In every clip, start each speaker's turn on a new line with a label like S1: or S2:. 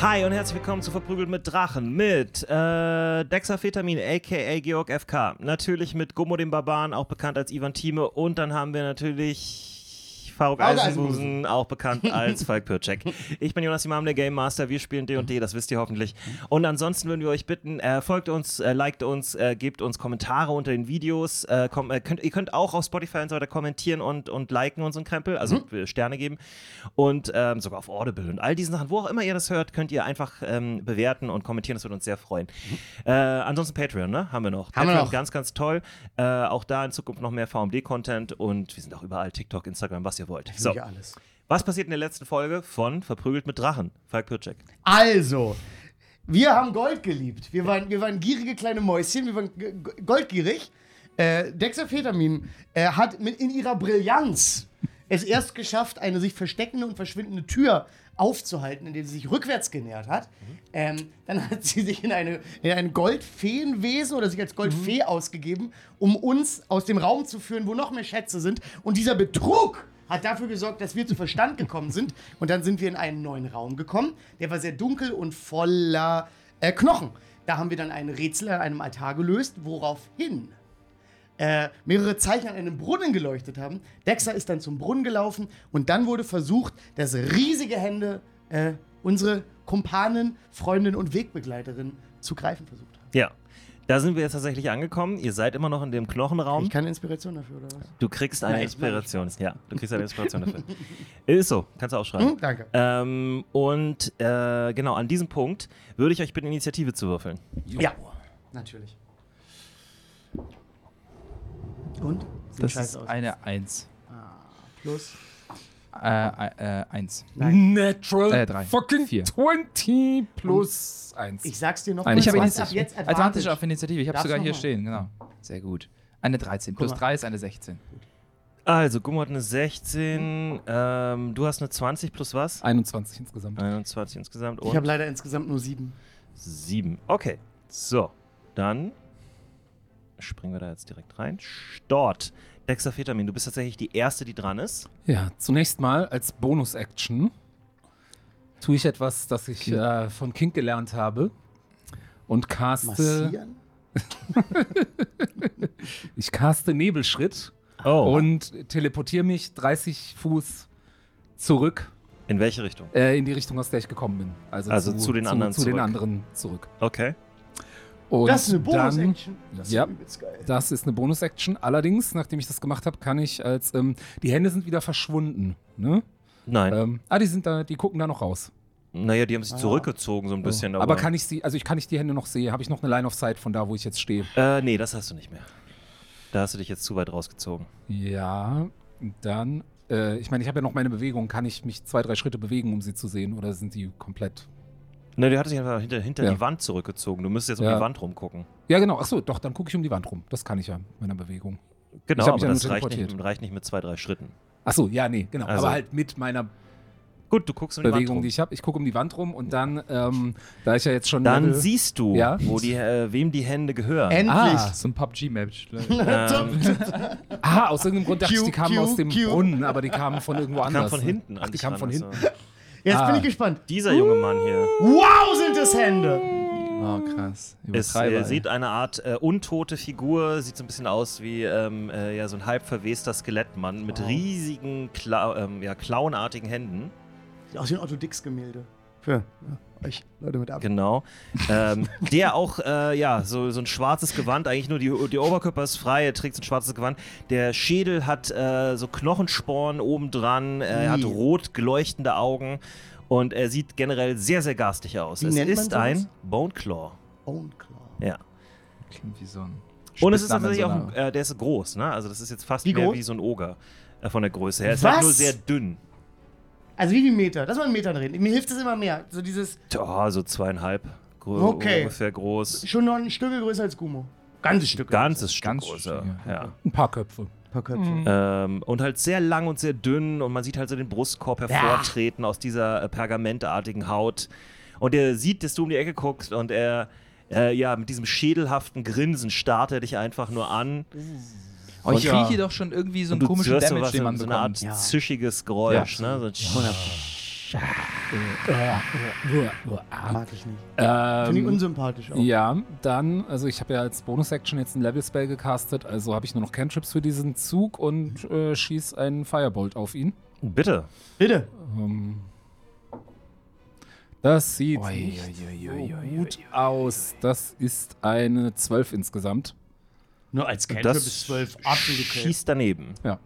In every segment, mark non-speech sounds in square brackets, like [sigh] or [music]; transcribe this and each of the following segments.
S1: Hi und herzlich willkommen zu Verprügelt mit Drachen mit äh, Dexafetamin, aka Georg FK. Natürlich mit Gummo dem Barbaren, auch bekannt als Ivan Thieme. Und dann haben wir natürlich Faruk
S2: Faruk
S1: Eisenbusen, auch
S2: [laughs]
S1: bekannt als Falk Pürcek. Ich bin Jonas Imam, der Game Master. Wir spielen D&D, das wisst ihr hoffentlich. Und ansonsten würden wir euch bitten, äh, folgt uns, äh, liked uns, äh, gebt uns Kommentare unter den Videos. Äh, kom äh, könnt, ihr könnt auch auf Spotify und so weiter kommentieren und, und liken unseren Krempel, also
S2: Mhm.
S1: äh, Sterne geben. Und ähm, sogar auf Audible und all diesen Sachen, wo auch immer ihr das hört, könnt ihr einfach ähm, bewerten und kommentieren. Das würde uns sehr freuen. Äh, ansonsten Patreon, ne? Haben wir noch.
S2: Mhm. Haben wir
S1: Patreon,
S2: noch.
S1: ganz, ganz toll. Äh, auch da in Zukunft noch mehr VMD-Content und wir sind auch überall TikTok, Instagram, was ihr wollt. So,
S2: Ja, alles.
S1: was passiert in der letzten Folge von Verprügelt mit Drachen? Falk Pürcek.
S2: Also, wir haben Gold geliebt. Wir waren, wir waren gierige kleine Mäuschen, wir waren g- g- goldgierig. Äh, Dexafetamin äh, hat mit in ihrer Brillanz es erst geschafft, eine sich versteckende und verschwindende Tür aufzuhalten, indem sie sich rückwärts genähert hat. Ähm, dann hat sie sich in, eine, in ein Goldfeenwesen oder sich als Goldfee ausgegeben, um uns aus dem Raum zu führen, wo noch mehr Schätze sind. Und dieser Betrug hat dafür gesorgt, dass wir zu Verstand gekommen sind. Und dann sind wir in einen neuen Raum gekommen. Der war sehr dunkel und voller äh, Knochen. Da haben wir dann ein Rätsel an einem Altar gelöst, woraufhin äh, mehrere Zeichen an einem Brunnen geleuchtet haben. Dexa ist dann zum Brunnen gelaufen und dann wurde versucht, dass riesige Hände äh, unsere Kumpanin, Freundin und Wegbegleiterin zu greifen versucht haben.
S1: Ja, da sind wir jetzt tatsächlich angekommen. Ihr seid immer noch in dem Knochenraum.
S2: Ich keine Inspiration dafür, oder was?
S1: Du kriegst eine
S2: Nein, ich mach
S1: Inspiration. Ja, Mhm. du kriegst eine Inspiration [laughs] dafür. Ist so, kannst du aufschreiben.
S2: Hm, danke.
S1: Ähm, und äh, genau, an diesem Punkt würde ich euch bitten, Initiative zu würfeln.
S2: Ja, natürlich. Und? Sieht
S3: Das
S2: scheiße
S3: ist eine 1.
S2: Plus.
S3: Äh, äh, 1.
S4: Natural
S3: Äh, drei.
S4: fucking
S3: Vier.
S4: 20 plus 1.
S2: Ich sag's dir noch
S3: Ich habe
S2: du hast
S3: Initiative.
S2: jetzt
S3: Advantage auf Initiative. Ich habe
S2: Darf's
S3: sogar hier
S2: nochmal?
S3: stehen, genau. Sehr gut. Eine 13. Plus
S2: mal.
S3: 3 ist eine 16.
S1: Also, Gummo hat eine 16, ähm, du hast eine 20 plus was?
S4: 21 insgesamt.
S1: 21 insgesamt
S2: Ich habe
S1: und
S2: leider insgesamt nur sieben.
S1: 7. Okay, so, dann springen wir da jetzt direkt rein. Stort, Dexafetamin, du bist tatsächlich die Erste, die dran ist.
S4: Ja, zunächst mal als Bonus-Action tue ich etwas, das ich äh, von King gelernt habe und caste.
S2: Massieren?
S4: Ich caste Nebelschritt
S1: Oh,
S4: und teleportiere mich 30 Fuß zurück
S1: in welche Richtung?
S4: äh, in die Richtung, aus der ich gekommen bin. Also,
S1: Also zu den anderen
S4: zu, zu den
S1: zurück.
S4: anderen zurück.
S1: Okay.
S4: Und
S2: Das ist eine
S4: dann-
S2: Bonus-Action. Das ist
S4: Ja.
S2: übelst geil.
S4: Das ist eine Bonus-Action. Allerdings, nachdem ich das gemacht habe, kann ich als. Ähm, die Hände sind wieder verschwunden. Ne?
S1: Nein,
S4: Ähm, ah, die sind da, die gucken da noch raus.
S1: naja, die haben sich
S2: Ah.
S1: zurückgezogen so ein bisschen.
S4: aber, aber kann ich sie, also ich kann nicht die Hände noch sehen. Habe ich noch eine Line of Sight von da, wo ich jetzt stehe?
S1: Äh, nee, das hast du nicht mehr. Da hast du dich jetzt zu weit rausgezogen.
S4: Ja, dann. Äh, ich meine, ich habe ja noch meine Bewegung. Kann ich mich zwei, drei Schritte bewegen, um sie zu sehen? Oder sind die komplett.
S1: Ne, der hat sich einfach hinter, hinter
S4: Ja.
S1: die Wand zurückgezogen. Du müsstest jetzt um
S4: Ja.
S1: die Wand rumgucken.
S4: Ja, genau. Achso, doch, dann gucke ich um die Wand rum. Das kann ich ja mit meiner Bewegung.
S1: Genau,
S4: mich
S1: aber
S4: ja nur
S1: das reicht nicht,
S4: teleportiert.
S1: reicht nicht mit zwei, drei Schritten.
S4: Achso, ja, nee, genau.
S1: Also-
S4: aber halt mit meiner
S1: Gut, du guckst um die
S4: Bewegung, die
S1: Wand rum.
S4: ich habe. Ich gucke um die Wand rum und dann, ähm, da ich ja jetzt schon.
S1: Dann
S4: Level-
S1: siehst du,
S4: Ja?
S1: wo die, äh, wem die Hände gehören.
S2: Endlich.
S4: Ah.
S3: So ein PUBG-Match.
S1: ne? Ähm,
S4: Ah, aus irgendeinem Grund dachte ich,
S2: Q,
S4: die kamen
S2: Q,
S4: aus dem
S2: Q.
S4: Brunnen, aber die kamen von irgendwo
S1: die
S4: anders.
S1: kamen von
S4: ne?
S1: hinten.
S4: Ach, die
S1: eigentlich
S4: kamen von
S1: ran,
S4: hinten.
S1: also.
S2: [laughs] Jetzt bin
S4: Ah.
S2: ich gespannt.
S1: Dieser junge Mann hier
S2: Wow, sind es Hände!
S3: Oh, krass.
S1: ist,
S3: Übertreiber.
S1: äh,
S3: ey.
S1: sieht eine Art äh, untote Figur, sieht so ein bisschen aus wie ähm, äh, ja, so ein halb verwester Skelettmann mit
S2: Wow.
S1: riesigen, Kla ähm, ja, klauenartigen Händen.
S2: Sieht aus wie ein Otto Dix-Gemälde. Für ja, euch Leute mit Ab.
S1: Genau. ähm, [laughs] der auch, äh, ja, so, so ein schwarzes Gewand, eigentlich nur die, die Oberkörper ist frei, er trägt so ein schwarzes Gewand. Der Schädel hat äh, so Knochensporen obendran, äh, er hat
S2: Ih.
S1: rot geleuchtende Augen und er sieht generell sehr, sehr garstig aus.
S2: Wie
S1: es
S2: nennt man
S1: ist
S2: sowas?
S1: ein Boneclaw.
S2: Genau. Ohnenklar.
S1: Ja.
S3: Klingt wie so ein.
S1: Und es ist
S3: Spitzname in
S1: tatsächlich
S3: so
S1: auch,
S3: einer-
S1: ein- äh, der ist groß, ne? Also das ist jetzt fast
S2: Wie
S1: mehr
S2: groß?
S1: wie so ein Oger äh, von der Größe her. Er ist halt
S2: Was?
S1: nur sehr dünn.
S2: Also wie viel Meter? Lass mal in Metern reden. Mir hilft es immer mehr. So dieses,
S1: Tja, so zweieinhalb gro-
S2: Okay.
S1: ungefähr groß.
S2: schon noch ein Stück größer als Gummo. Ganzes Stück.
S1: Ganzes Stück
S3: Ganz
S1: größer.
S3: Stück, ja.
S1: ja.
S4: Ein paar Köpfe.
S2: Ein paar Köpfe.
S1: Ähm, und halt sehr lang und sehr dünn und man sieht halt so den Brustkorb hervortreten aus dieser äh, pergamentartigen Haut. Und er sieht, dass du um die Ecke guckst und er, äh, ja, mit diesem schädelhaften Grinsen starrt er dich einfach nur an.
S3: Oh, ich
S1: Ja.
S3: rieche doch schon irgendwie so
S1: und
S3: einen komischen
S1: hörst
S3: Damage,
S1: so,
S3: den
S1: was,
S3: man
S1: ne? so eine Art
S3: bekommt.
S2: Ja.
S1: zischiges Geräusch,
S3: Ja.
S1: ne? So ein
S2: Mag ich nicht. Finde ich
S4: Ähm,
S2: unsympathisch auch.
S4: ja, dann, also ich habe ja als Bonus-Action jetzt einen Level-Spell gecastet, also habe ich nur noch Cantrips für diesen Zug und äh, schieß einen Firebolt auf ihn.
S1: Bitte.
S2: Bitte.
S4: Ähm, das sieht
S3: Ui,
S4: nicht
S3: ui, ui,
S4: so
S3: ui, ui, ui,
S4: gut aus. Das ist eine 12 insgesamt.
S2: Nur als
S1: Das schießt daneben.
S2: Ah,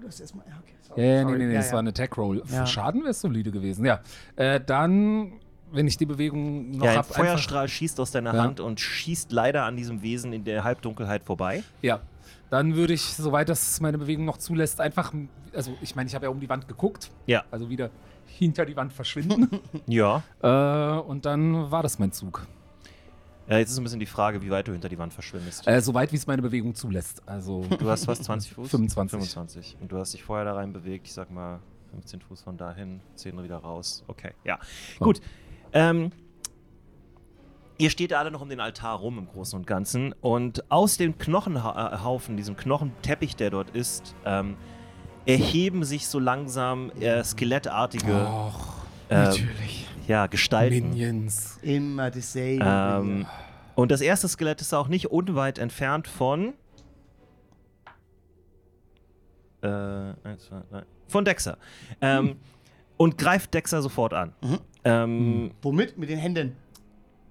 S2: du hast erstmal. Ja, okay. Sorry.
S4: Äh, nee,
S2: sorry.
S4: nee, nee,
S2: ja,
S4: das
S2: ja.
S4: war eine Tech-Roll.
S2: Ja.
S4: Für Schaden wäre es solide gewesen, ja. Äh, dann, wenn ich die Bewegung noch
S1: Ja, ein
S4: hab, einfach,
S1: Feuerstrahl schießt aus deiner
S4: Ja.
S1: Hand und schießt leider an diesem Wesen in der Halbdunkelheit vorbei.
S4: ja, dann würde ich, soweit das meine Bewegung noch zulässt, einfach, also ich meine, ich habe ja um die Wand geguckt,
S1: Ja.
S4: also wieder hinter die Wand verschwinden.
S1: Ja.
S4: äh, und dann war das mein Zug.
S1: ja. Jetzt ist ein bisschen die Frage, wie weit du hinter die Wand verschwindest.
S4: Äh, soweit, wie es meine Bewegung zulässt. Also,
S1: Du hast was, 20 Fuß?
S4: 25.
S1: 25. Und du hast dich vorher da rein bewegt, ich sag mal 15 Fuß von dahin, 10 wieder raus. Okay, ja. Gut. Ähm, ihr steht alle noch um den Altar rum im Großen und Ganzen. Und aus dem Knochenhaufen, diesem Knochenteppich, der dort ist, ähm, erheben sich so langsam äh, skelettartige
S4: Och,
S1: äh,
S3: Natürlich.
S1: ja, Gestalten.
S4: Minions.
S2: Immer dasselbe.
S1: Ähm, und das erste Skelett ist auch nicht unweit entfernt von. Äh, eins, zwei, drei, von Dexter. Ähm, Und greift Dexter sofort an. Ähm,
S2: Womit? Mit den Händen.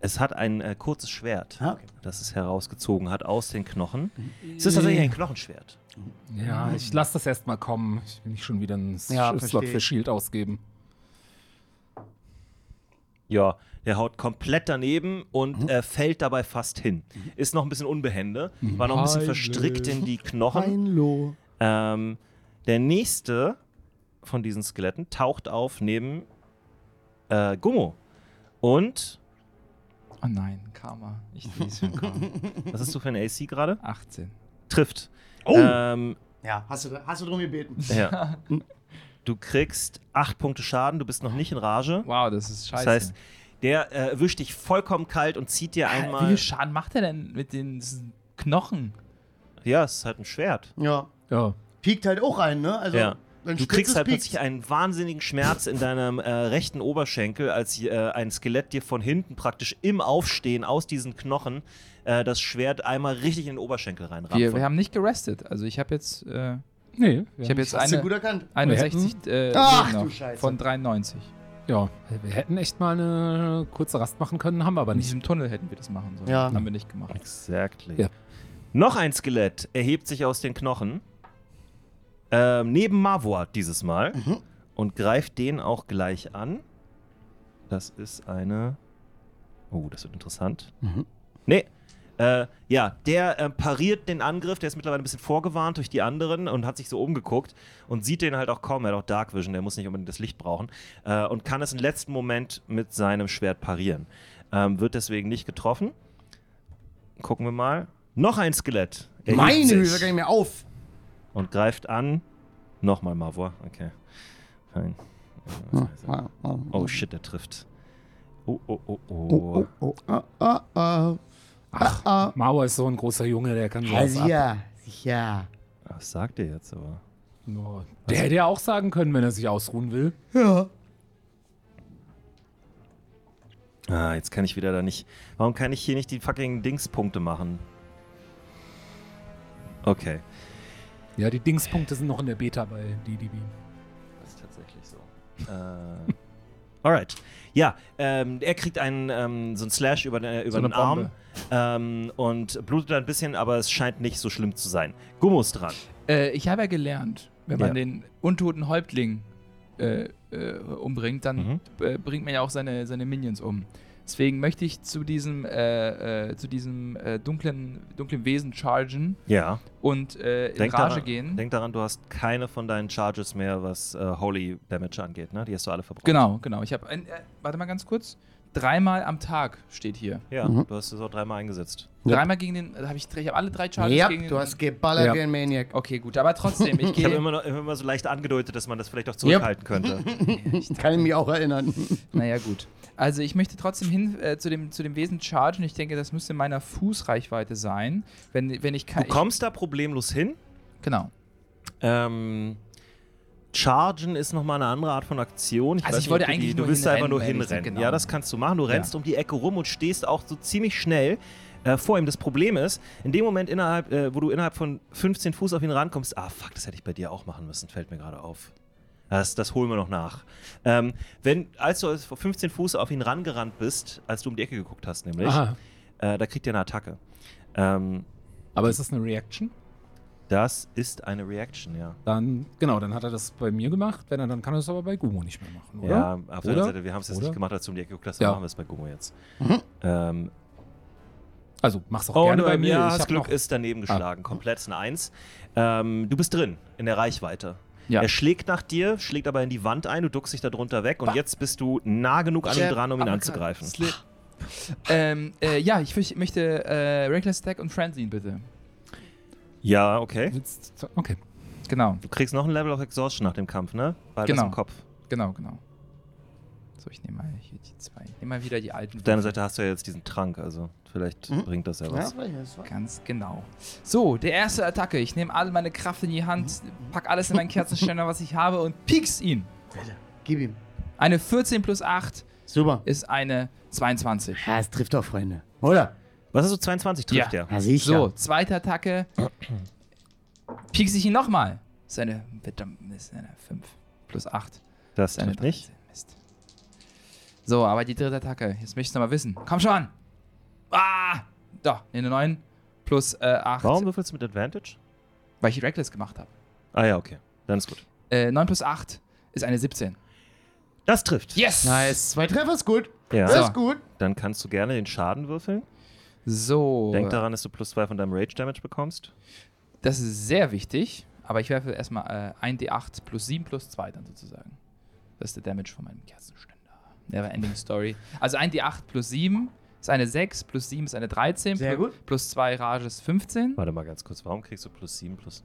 S1: Es hat ein äh, kurzes Schwert,
S2: Ah, okay.
S1: das es herausgezogen hat aus den Knochen. Es ist tatsächlich ein Knochenschwert.
S4: Ja, ich lasse das erstmal kommen. Ich will nicht schon wieder einen
S2: Ja,
S4: Sch- Slot
S2: versteh
S4: für
S2: ich.
S4: Shield ausgeben.
S1: Ja, der haut komplett daneben und äh, fällt dabei fast hin. Ist noch ein bisschen unbehende, war noch ein bisschen
S4: Heilig.
S1: verstrickt in die Knochen.
S2: Lo.
S1: Ähm, der nächste von diesen Skeletten taucht auf neben äh, Gummo. Und,
S3: Oh nein, Karma. Ich ließ ihn
S1: [laughs]
S3: kommen.
S1: was hast du für eine AC gerade?
S3: 18.
S1: Trifft.
S2: Oh!
S1: Ähm,
S2: Ja, hast du, hast du drum gebeten.
S1: ja. Mhm. Du kriegst 8 Punkte Schaden, du bist noch nicht in Rage.
S3: Wow, das ist scheiße.
S1: Das heißt, der äh, erwischt dich vollkommen kalt und zieht dir
S3: Wie
S1: einmal.
S3: viel Schaden macht er denn mit den diesen Knochen?
S1: Ja, es ist halt ein Schwert.
S2: Ja.
S4: Ja.
S2: Piekt halt auch ein, ne? Also,
S1: Ja.
S2: wenn
S1: Du
S2: spitzes
S1: kriegst halt
S2: piekt-
S1: plötzlich einen wahnsinnigen Schmerz in deinem äh, rechten Oberschenkel, als äh, ein Skelett dir von hinten praktisch im Aufstehen aus diesen Knochen äh, das Schwert einmal richtig in den Oberschenkel reinrammt.
S3: Wir, wir haben nicht gerestet. Also ich habe jetzt, äh,
S4: Nee. wir
S3: ich
S4: haben-
S3: habe jetzt
S2: Hast du gut
S3: eine,
S2: erkannt?
S3: 61 äh,
S2: Ach,
S3: Leben
S2: du
S3: noch
S2: Scheiße.
S3: von 93.
S4: Ja, wir hätten echt mal eine kurze Rast machen können, haben wir aber
S3: In
S4: nicht.
S3: diesem Tunnel hätten wir das machen sollen.
S2: Ja.
S3: Haben wir nicht gemacht.
S1: Exactly.
S4: Ja.
S1: Noch ein Skelett erhebt sich aus den Knochen. Ähm, neben Mavoat dieses Mal.
S2: Mhm.
S1: Und greift den auch gleich an. Das ist eine. Oh, das wird interessant.
S2: Mhm.
S1: Nee. Äh, ja, der äh, pariert den Angriff. Der ist mittlerweile ein bisschen vorgewarnt durch die anderen und hat sich so umgeguckt und sieht den halt auch kaum. Er hat auch Dark Vision, der muss nicht unbedingt das Licht brauchen. Äh, und kann es im letzten Moment mit seinem Schwert parieren. Ähm, wird deswegen nicht getroffen. Gucken wir mal. Noch ein Skelett. erhebt
S2: Meine
S1: sich
S2: Güte, hört gar nicht mehr auf.
S1: Und greift an. Nochmal Mavor. Okay. Fein. Oh shit, der trifft. Oh, oh, oh, oh.
S2: Oh, oh, oh, oh, oh.
S4: Ach, Mauer ist so ein großer Junge, der kann sowas
S2: Also, ja, ja.
S1: Was sagt ihr jetzt aber?
S4: ab. Ja, also Der hätte ja auch sagen können, wenn er sich ausruhen will.
S2: Ja.
S1: Ah, jetzt kann ich wieder da nicht. Warum kann ich hier nicht die fucking Dingspunkte machen? Okay.
S4: Ja, die Dingspunkte sind noch in der Beta bei DDB.
S1: Das ist tatsächlich so. Äh, alright. Ja, ähm, er kriegt einen, ähm, so einen Slash über, den- über
S3: So eine
S1: den Arm ähm, und blutet ein bisschen, aber es scheint nicht so schlimm zu sein. Gummo ist dran.
S3: Äh, ich habe ja gelernt, wenn man
S1: Ja.
S3: den untoten Häuptling äh, äh, umbringt, dann
S1: Mhm.
S3: äh, bringt man ja auch seine, seine Minions um. Deswegen möchte ich zu diesem, äh, äh, zu diesem äh, dunklen, dunklen Wesen chargen
S1: Ja.
S3: und äh, in
S1: Denk
S3: Rage
S1: daran,
S3: gehen.
S1: Denk daran, du hast keine von deinen Charges mehr, was äh, Holy Damage angeht, ne? Die hast du alle verbraucht.
S3: genau, genau. Ich habe, ein- äh, warte mal ganz kurz, dreimal am Tag steht hier.
S1: Ja,
S2: Mhm.
S1: du hast es auch dreimal eingesetzt.
S2: Yep.
S3: Dreimal gegen den, da habe ich, ich habe alle drei Charges
S2: Ja,
S3: gegen den.
S2: du hast geballert
S4: Ja.
S2: wie ein Maniac.
S3: okay, gut, aber
S1: [laughs]
S3: trotzdem, ich
S1: Ich habe
S3: gehe.
S1: immer, noch- immer so leicht angedeutet, dass man das vielleicht auch zurückhalten
S3: [laughs]
S1: könnte.
S2: Kann ich mich auch erinnern.
S3: Naja, gut. Also ich möchte trotzdem hin äh, zu, dem, zu dem Wesen chargen. Ich denke, das müsste in meiner Fußreichweite sein. Wenn, wenn ich Genau. kann.
S1: Du kommst da problemlos hin.
S3: Ich, genau.
S1: Ähm, Chargen ist nochmal eine andere Art von Aktion.
S3: Also
S1: weiß
S3: ich
S1: nicht,
S3: wollte
S1: ob du
S3: eigentlich
S1: die, du
S3: nur
S1: willst einfach
S3: hinrennen,
S1: nur
S3: um ehrlich zu
S1: hinrennen.
S3: sein, genau.
S1: Ja, das kannst du machen. Du rennst um die Ecke rum und stehst auch so ziemlich schnell äh, vor ihm. Das Problem ist, in dem Moment innerhalb, äh, wo du innerhalb von 15 Fuß auf ihn rankommst, ah fuck, das hätte ich bei dir auch machen müssen, fällt mir gerade auf. Das, das holen wir noch nach. Ähm, wenn, als du vor 15 Fuß auf ihn rangerannt bist, als du um die Ecke geguckt hast, nämlich,
S4: Aha.
S1: äh, da kriegt er eine Attacke. Ähm,
S4: Aber ist das eine Reaction?
S1: das ist eine Reaction, ja.
S4: Dann, genau, dann hat er das bei mir gemacht. Wenn er dann kann er es aber bei Gumo nicht mehr machen, oder?
S1: Ja, auf der
S4: Oder?
S1: anderen Seite, wir haben es jetzt
S4: Oder?
S1: nicht gemacht, als du um die Ecke geguckt hast, dann
S4: Ja.
S1: machen wir es bei Gummo jetzt.
S2: Mhm.
S1: Ähm,
S4: Also mach's auch
S1: oh,
S4: gerne
S1: und
S4: bei
S1: bei
S4: mir.
S1: ja,
S4: ich
S1: das
S4: hab
S1: Glück
S4: noch, Ah.
S1: ist daneben geschlagen. Komplett eine Eins. Ähm, du bist drin, in der Reichweite.
S3: Ja.
S1: Er schlägt nach dir, schlägt aber in die Wand ein, du duckst dich da drunter weg und jetzt bist du nah genug an ihm
S2: Jab,
S1: dran, um ihn
S3: Uppercut,
S1: anzugreifen.
S3: Slip. ähm, äh, ja, ich fürch- möchte äh, Reckless Attack und Frenzied bitte.
S1: Ja, okay.
S4: Jetzt, okay.
S3: Genau,
S1: Du kriegst noch ein Level of Exhaustion nach dem Kampf, ne? Weil das
S3: Genau.
S1: im Kopf.
S3: genau, genau. So, ich nehme mal hier die zwei. Ich nehme mal wieder die alten.
S1: Auf deiner Seite hast du ja jetzt diesen Trank, also vielleicht
S2: Mhm.
S1: bringt das ja
S2: Ja,
S1: was.
S2: vielleicht ist es-
S3: Ganz genau. So, der erste Attacke. Ich nehme alle meine Kraft in die Hand, pack alles in meinen Kerzenständer, was ich habe und piekst ihn.
S2: Gib ihm.
S3: Eine 14 plus 8
S2: Super.
S3: ist eine 22.
S2: Ja, es trifft doch, Freunde. Oder?
S1: Was ist so 22 trifft
S3: Ja.
S1: ja.
S2: Ja, sehe ich
S3: So,
S2: ja.
S3: zweite Attacke. Piekse ich ihn nochmal. Ist eine, verdammt, ist eine 5 plus 8.
S1: Das
S3: Ist eine
S1: trifft nicht.
S3: 13. Mist. So, aber die dritte Attacke. Jetzt möchte ich es nochmal wissen. Komm schon! Ah! Da, nee, eine 9 plus äh, 8,
S1: Warum würfelst du mit Advantage?
S3: weil ich Reckless gemacht habe.
S1: Ah ja, okay. Dann ist gut.
S3: Äh, 9 plus 8 ist eine 17.
S1: Das trifft.
S3: Yes!
S2: Nice. Zwei Treffer ist gut.
S1: Ja.
S2: Das
S3: So.
S2: ist gut.
S1: Dann kannst du gerne den Schaden würfeln.
S3: So,
S1: Denk daran, dass du plus 2 von deinem Rage Damage bekommst.
S3: das ist sehr wichtig, aber ich werfe erstmal äh, 1d8 plus 7 plus 2 dann sozusagen. Das ist der Damage von meinem Kerzenständer. Never ending story. Also 1d8 plus 7 ist eine 6, plus 7 ist eine 13,
S2: Sehr
S3: plu-
S2: gut.
S3: plus 2 Rage ist 15.
S1: Warte mal ganz kurz, warum kriegst du plus 7 plus,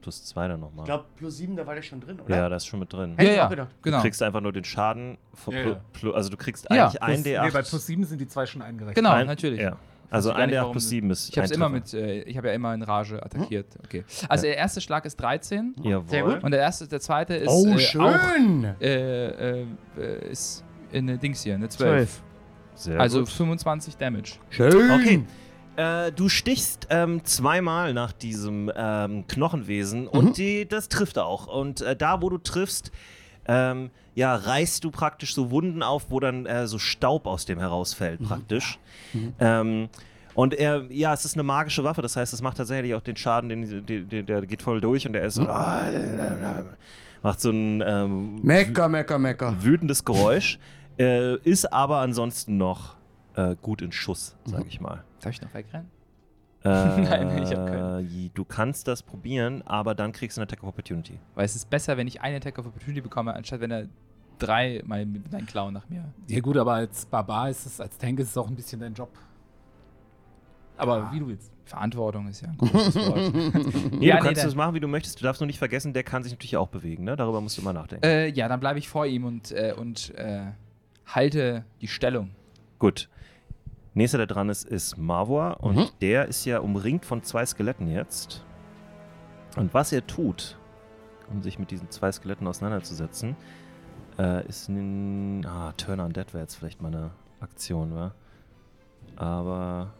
S1: plus 2 dann nochmal?
S2: Ich glaube, plus sieben, da war der schon drin, oder?
S1: ja, das ist schon mit drin.
S2: Hätte
S3: Ja,
S2: ich
S3: ja,
S2: auch gedacht.
S1: Du
S3: genau.
S1: kriegst einfach nur den Schaden. Von
S4: Ja,
S1: plu,
S4: ja.
S1: plu, also du kriegst
S3: Ja,
S1: eigentlich ein
S4: Nee, bei plus
S1: D8.
S4: 7 sind die zwei schon eingerechnet.
S3: Genau,
S1: ein,
S3: natürlich.
S1: Ja. Also
S3: gar
S1: ein
S3: nicht,
S1: D8
S3: warum-
S1: plus 7 ist
S3: Ich habe
S1: ein
S3: immer
S1: Treffer.
S3: mit, äh, ich habe ja immer in
S2: Hm?
S3: Rage attackiert. Okay. Also der erste Schlag ist 13
S1: Jawohl.
S2: Sehr gut.
S3: und der erste, der zweite ist
S2: oh,
S3: äh, auch
S2: schön.
S3: äh, äh, äh, ist eine Dings hier, eine 12.
S2: Zwölf.
S1: Sehr
S3: Also
S1: gut.
S3: 25 Damage.
S2: Schön.
S1: Okay. Äh, du stichst ähm, zweimal nach diesem ähm, Knochenwesen und die, das trifft auch. Und äh, da, wo du triffst, ähm, ja, reißt du praktisch so Wunden auf, wo dann äh, so Staub aus dem herausfällt, praktisch. Ähm, und er, ja, es ist eine magische Waffe, das heißt, es macht tatsächlich auch den Schaden, den, den, den, der geht voll durch und er ist so, ah, [laughs] macht so ein ähm,
S2: Mecker, mecker, mecker.
S1: wütendes Geräusch, äh, ist aber ansonsten noch äh, gut in Schuss, sag ich mal.
S3: Darf ich noch wegrennen?
S1: Äh,
S3: [laughs] Nein, ich hab keinen.
S1: je- Du kannst das probieren, aber dann kriegst du eine Attack of Opportunity.
S3: Weil es ist besser, wenn ich einen Attack of Opportunity bekomme, anstatt wenn er drei mal mit einem Clown nach mir.
S4: Ja gut, aber als Barbar ist es, als Tank ist es auch ein bisschen dein Job. Aber
S3: Ja.
S4: wie du willst.
S3: Verantwortung ist ja ein großes Wort.
S1: Nee,
S3: Mhm. Ja,
S1: du
S3: nee,
S1: kannst
S3: dann-
S1: das machen, wie du möchtest. Du darfst nur nicht vergessen, der kann sich natürlich auch bewegen. Ne? Darüber musst du immer nachdenken.
S3: äh, ja, dann bleibe ich vor ihm und, äh, und äh, halte die Stellung.
S1: Gut. Nächster, der dran ist, ist Marvor. Und
S2: Mhm.
S1: der ist ja umringt von zwei Skeletten jetzt. Und was er tut, um sich mit diesen zwei Skeletten auseinanderzusetzen, äh, ist ein... Ah, Turn on Dead wäre jetzt vielleicht mal eine Aktion, wa? Aber...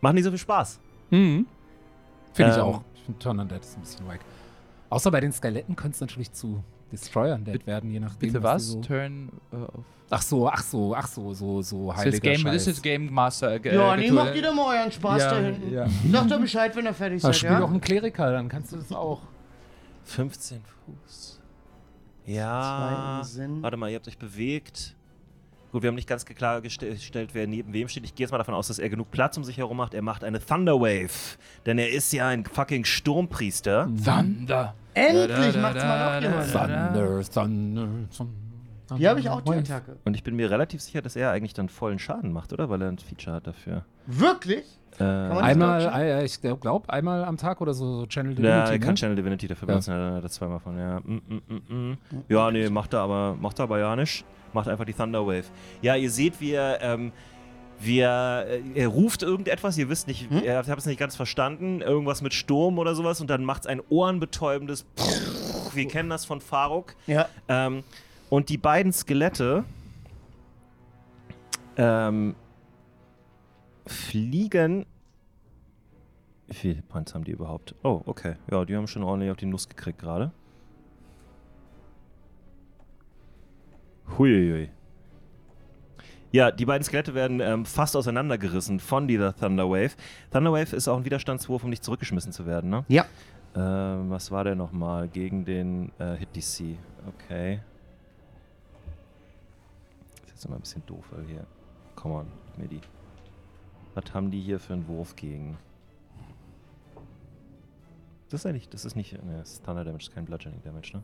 S1: Macht nicht so viel Spaß.
S4: Mhm. Finde ich
S1: Ähm.
S4: auch. Ich finde Turn Undead ist ein bisschen wack. Außer bei den Skeletten könnte es natürlich zu Destroy Undead werden, je nachdem.
S3: Bitte
S4: die
S3: was?
S4: So
S3: Turn äh, auf.
S4: ach so, ach so, ach so, so, so
S3: Das ist,
S4: heiliger
S3: jetzt Game, das
S4: Scheiß.
S3: ist jetzt Game Master. Äh,
S2: Ja, nee,
S3: Ritual.
S2: macht jeder mal euren Spaß
S3: Ja,
S2: da hinten.
S3: ja.
S2: Sagt doch Bescheid, wenn ihr fertig
S4: Da
S2: seid,
S4: spiel
S2: ja?
S4: doch einen Kleriker, dann kannst du das auch.
S1: 15 Fuß.
S2: Zwei
S1: Ja.
S2: im Sinn.
S1: Warte mal, ihr habt euch bewegt. Gut, wir haben nicht ganz klar gestellt, wer neben wem steht. Ich gehe jetzt mal davon aus, dass er genug Platz um sich herum macht. Er macht eine Thunderwave. Denn er ist ja ein fucking Sturmpriester.
S3: Mhm. Thunder.
S2: Endlich macht's mal noch jemand.
S4: Thunder, Thunder, Thunder.
S2: Hier habe ich auch die Attacke.
S1: Und ich bin mir relativ sicher, dass er eigentlich dann vollen Schaden macht, oder? Weil er ein Feature hat dafür.
S2: Wirklich?
S1: Äh,
S2: man-
S4: Einmal, ei- ei, ich glaube, einmal am Tag oder so, so Channel
S1: ja,
S4: Divinity,
S1: er kann
S4: ne?
S1: Channel Divinity dafür benutzen, ja. hat er zweimal von, ja. Mm, mm, mm, mm. Ja, nee, macht er aber, macht er aber ja nicht. Macht einfach die Thunderwave. Ja, ihr seht, wie er, ähm, wie er, äh, er ruft irgendetwas, ihr wisst nicht, ihr habt es nicht ganz verstanden, irgendwas mit Sturm oder sowas und dann macht es ein ohrenbetäubendes Faruk, wir kennen das von Faruk.
S2: Ja.
S1: Ähm, und die beiden Skelette ähm, fliegen. Wie viele Points haben die überhaupt? Oh, okay. Ja, die haben schon ordentlich auf die Nuss gekriegt gerade. Huiuiui. Ja, die beiden Skelette werden ähm, fast auseinandergerissen von dieser Thunderwave. Thunderwave ist auch ein Widerstandswurf, um nicht zurückgeschmissen zu werden, ne?
S2: Ja.
S1: Ähm, was war der nochmal? Gegen den äh, Hit DC. Okay. Ist jetzt immer ein bisschen doof, weil hier. Come on, gib mir die. Was haben die hier für einen Wurf gegen? Das ist eigentlich. Das ist nicht. Ne, das ist Thunder Damage, das ist kein Bludgeoning Damage, ne?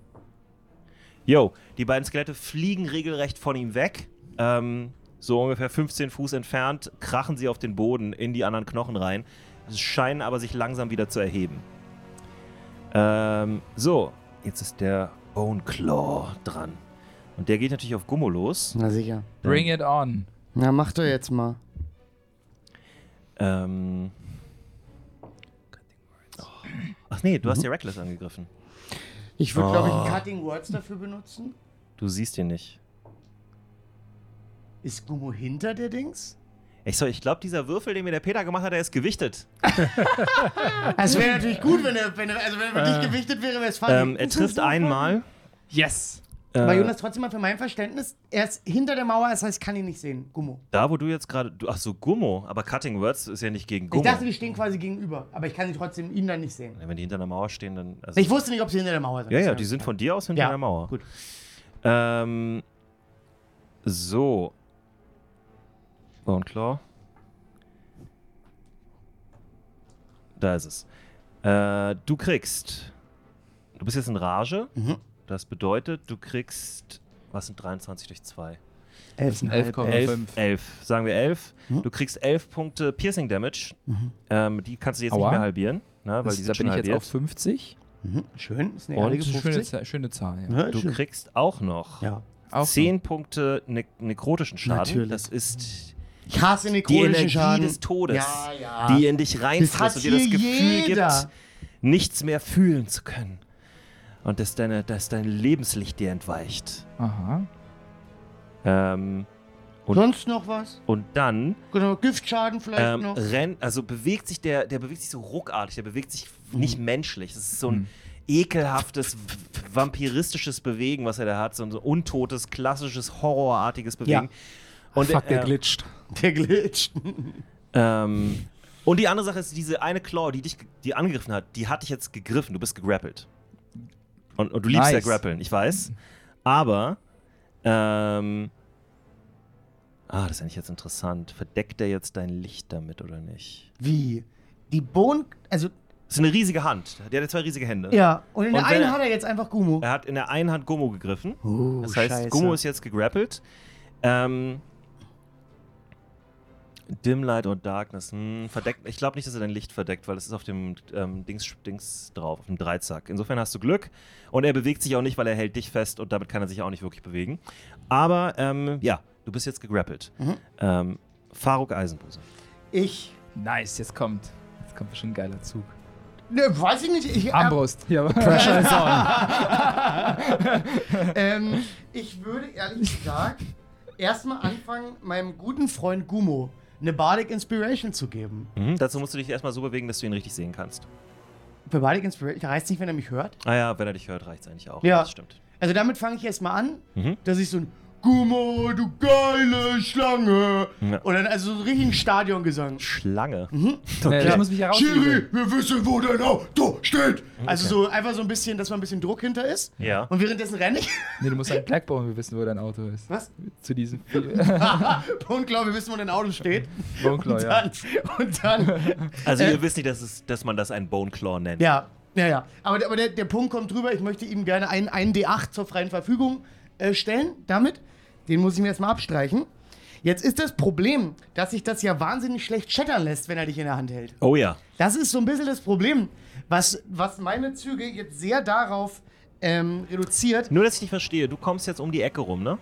S1: Yo, die beiden Skelette fliegen regelrecht von ihm weg. Ähm, so ungefähr 15 Fuß entfernt krachen sie auf den Boden in die anderen Knochen rein, scheinen aber sich langsam wieder zu erheben. Ähm, so, jetzt ist der Bone Claw dran. Und der geht natürlich auf Gummo los.
S2: Na sicher.
S3: Bring it on.
S2: Na, mach doch jetzt mal.
S1: Ähm. Oh. Ach nee, du hast ja Reckless angegriffen.
S2: Ich würde, glaube
S1: Oh.
S2: ich, Cutting Words dafür benutzen.
S1: Du siehst ihn nicht.
S2: Ist Gummo hinter der Dings?
S1: Ich, so, ich glaube, dieser Würfel, den mir der Peter gemacht hat, der ist gewichtet.
S2: Es wäre natürlich gut, Also wenn er, wenn er, also wenn er nicht gewichtet wäre, wäre es funny.
S1: Ähm, er trifft einmal.
S3: Yes.
S2: Aber
S1: Äh,
S2: Jonas, trotzdem mal für mein Verständnis, er ist hinter der Mauer, das heißt, ich kann ihn nicht sehen. Gummo.
S1: da, wo du jetzt gerade. du- Ach so, Gummo. Aber Cutting Words ist ja nicht gegen
S2: Ich
S1: Gummo.
S2: dachte, wir stehen quasi gegenüber, aber ich kann ihn trotzdem ihn dann nicht sehen.
S1: Wenn die hinter einer Mauer stehen, dann. Also,
S2: Ich wusste nicht, ob sie hinter der Mauer sind.
S1: ja, ja, die sind von dir aus hinter
S2: Ja,
S1: einer Mauer.
S2: gut.
S1: Ähm, so. Bone Claw. Da ist es. Äh, du kriegst. Du bist jetzt in Rage.
S3: Mhm.
S1: Das bedeutet, du kriegst. Was sind 23 durch 2?
S2: Elfen.
S3: 11,5.
S1: 11. 11. Sagen wir 11.
S3: Mhm.
S1: Du kriegst 11 Punkte Piercing Damage. Ähm, die kannst du jetzt
S3: Aua.
S1: nicht mehr halbieren. Ne, weil die sind
S3: da bin
S1: schon
S3: ich jetzt
S1: halbiert.
S3: auf 50.
S2: Mhm. Schön, ist eine
S1: Und
S2: ehrliche
S3: Das ist eine schöne,
S2: 50.
S3: Zahl- schöne Zahl. Ja.
S2: Ne?
S1: du
S2: Schön.
S1: kriegst auch noch
S2: Ja.
S3: Auch
S1: 10 Punkte ne nekrotischen Schaden.
S2: Natürlich.
S1: Das ist
S2: Ich hasse
S1: die
S2: nekrotischen
S1: Energie
S2: Schaden.
S1: des Todes,
S2: Ja, ja.
S1: die in dich reinfrisst
S2: Ah. hat
S1: und dir das
S2: hier
S1: Gefühl
S2: jeder.
S1: gibt, nichts mehr fühlen zu können. Und dass, deine, dass dein Lebenslicht dir entweicht.
S3: noch. Aha.
S1: Ähm, und-
S2: Sonst noch was?
S1: und dann
S2: Genau, Giftschaden vielleicht
S1: ähm,
S2: noch.
S1: rennt, also bewegt sich der, der bewegt sich so ruckartig, der bewegt sich
S2: Mhm.
S1: nicht menschlich. Das ist so ein ekelhaftes, v- vampiristisches Bewegen, was er da hat. So ein so untotes, klassisches, horrorartiges Bewegen. Und
S4: Fuck, der
S1: äh, [laughs]
S4: glitscht.
S2: Der glitscht.
S1: Ähm, und die andere Sache ist, diese eine Claw, die dich ge- die angegriffen hat, die hat dich jetzt gegriffen. Du bist gegrappelt. Und, und du liebst ja
S3: Nice.
S1: grappeln, ich weiß. Aber, ähm, ah, das ist eigentlich jetzt interessant. Verdeckt er jetzt dein Licht damit oder nicht?
S2: Wie? Die Bohnen, also,
S1: Das ist eine riesige Hand. Der hat ja zwei riesige Hände.
S2: ja. Und in
S1: Und
S2: der
S1: wenn
S2: einen
S1: er-
S2: hat er jetzt einfach Gummo.
S1: Er hat in der einen Hand Gummo gegriffen.
S2: Oh,
S1: Das heißt, Gummo ist jetzt gegrappelt. Ähm, Dim Light und Darkness. Hm, verdeckt. Ich glaube nicht, dass er dein Licht verdeckt, weil es ist auf dem ähm, Dings, Dings drauf, auf dem Dreizack. Insofern hast du Glück. Und er bewegt sich auch nicht, weil er hält dich fest und damit kann er sich auch nicht wirklich bewegen. Aber ähm, ja, du bist jetzt gegrappelt.
S2: Mhm.
S1: Ähm, Faruk Eisenbuse.
S2: Ich.
S3: Nice, jetzt kommt. Jetzt kommt bestimmt ein geiler Zug.
S2: Ne, weiß ich nicht. Ich,
S3: Armbrust. [laughs] Äh, Ja, Pressure is
S4: [laughs]
S3: on.
S2: ähm, ich würde ehrlich gesagt erstmal anfangen, meinem guten Freund Gummo eine Bardic Inspiration zu geben.
S1: Mhm. Dazu musst du dich erstmal so bewegen, dass du ihn richtig sehen kannst.
S2: Für Bardic Inspiration, der reißt nicht, wenn er mich hört.
S1: Ah ja, wenn er dich hört, reicht es eigentlich auch.
S2: Ja.
S1: Das stimmt.
S2: Also damit fange ich erstmal an,
S1: Mhm.
S2: dass ich so ein Gummo, du geile Schlange.
S1: Ja.
S2: Und dann also so einen richtigen Stadiongesang.
S1: Schlange.
S2: Mhm.
S3: Nee, Ich Äh, muss mich herausziehen.
S2: Schiri, wir wissen, wo dein Auto steht.
S1: Mhm,
S2: Also so einfach so ein bisschen, dass man ein bisschen Druck hinter ist. [laughs]
S1: Ja.
S2: Und währenddessen renne ich.
S3: Nee, du musst ein Blackbone, wir wissen, wo dein Auto ist.
S2: Was?
S3: Zu diesem
S2: [laughs] Und glaube, wir wissen, wo dein Auto steht.
S3: Boneklaw,
S2: Und
S3: ja.
S2: dann, und dann
S1: Also ihr wisst nicht, dass, es, dass man das einen Bone Claw nennt.
S2: Äh. ja, ja, ja. Aber, der- aber der, der Punkt kommt drüber. Ich möchte ihm gerne einen, einen D8 zur freien Verfügung äh, stellen. Damit, den muss ich mir erstmal abstreichen. Jetzt ist das Problem, dass sich das ja wahnsinnig schlecht schettern lässt, wenn er dich in der Hand hält.
S1: Oh ja.
S2: Das ist so ein bisschen das Problem, was, was meine Züge jetzt sehr darauf ähm, reduziert,
S1: Nur, dass ich dich verstehe, du kommst jetzt um die Ecke rum, ne?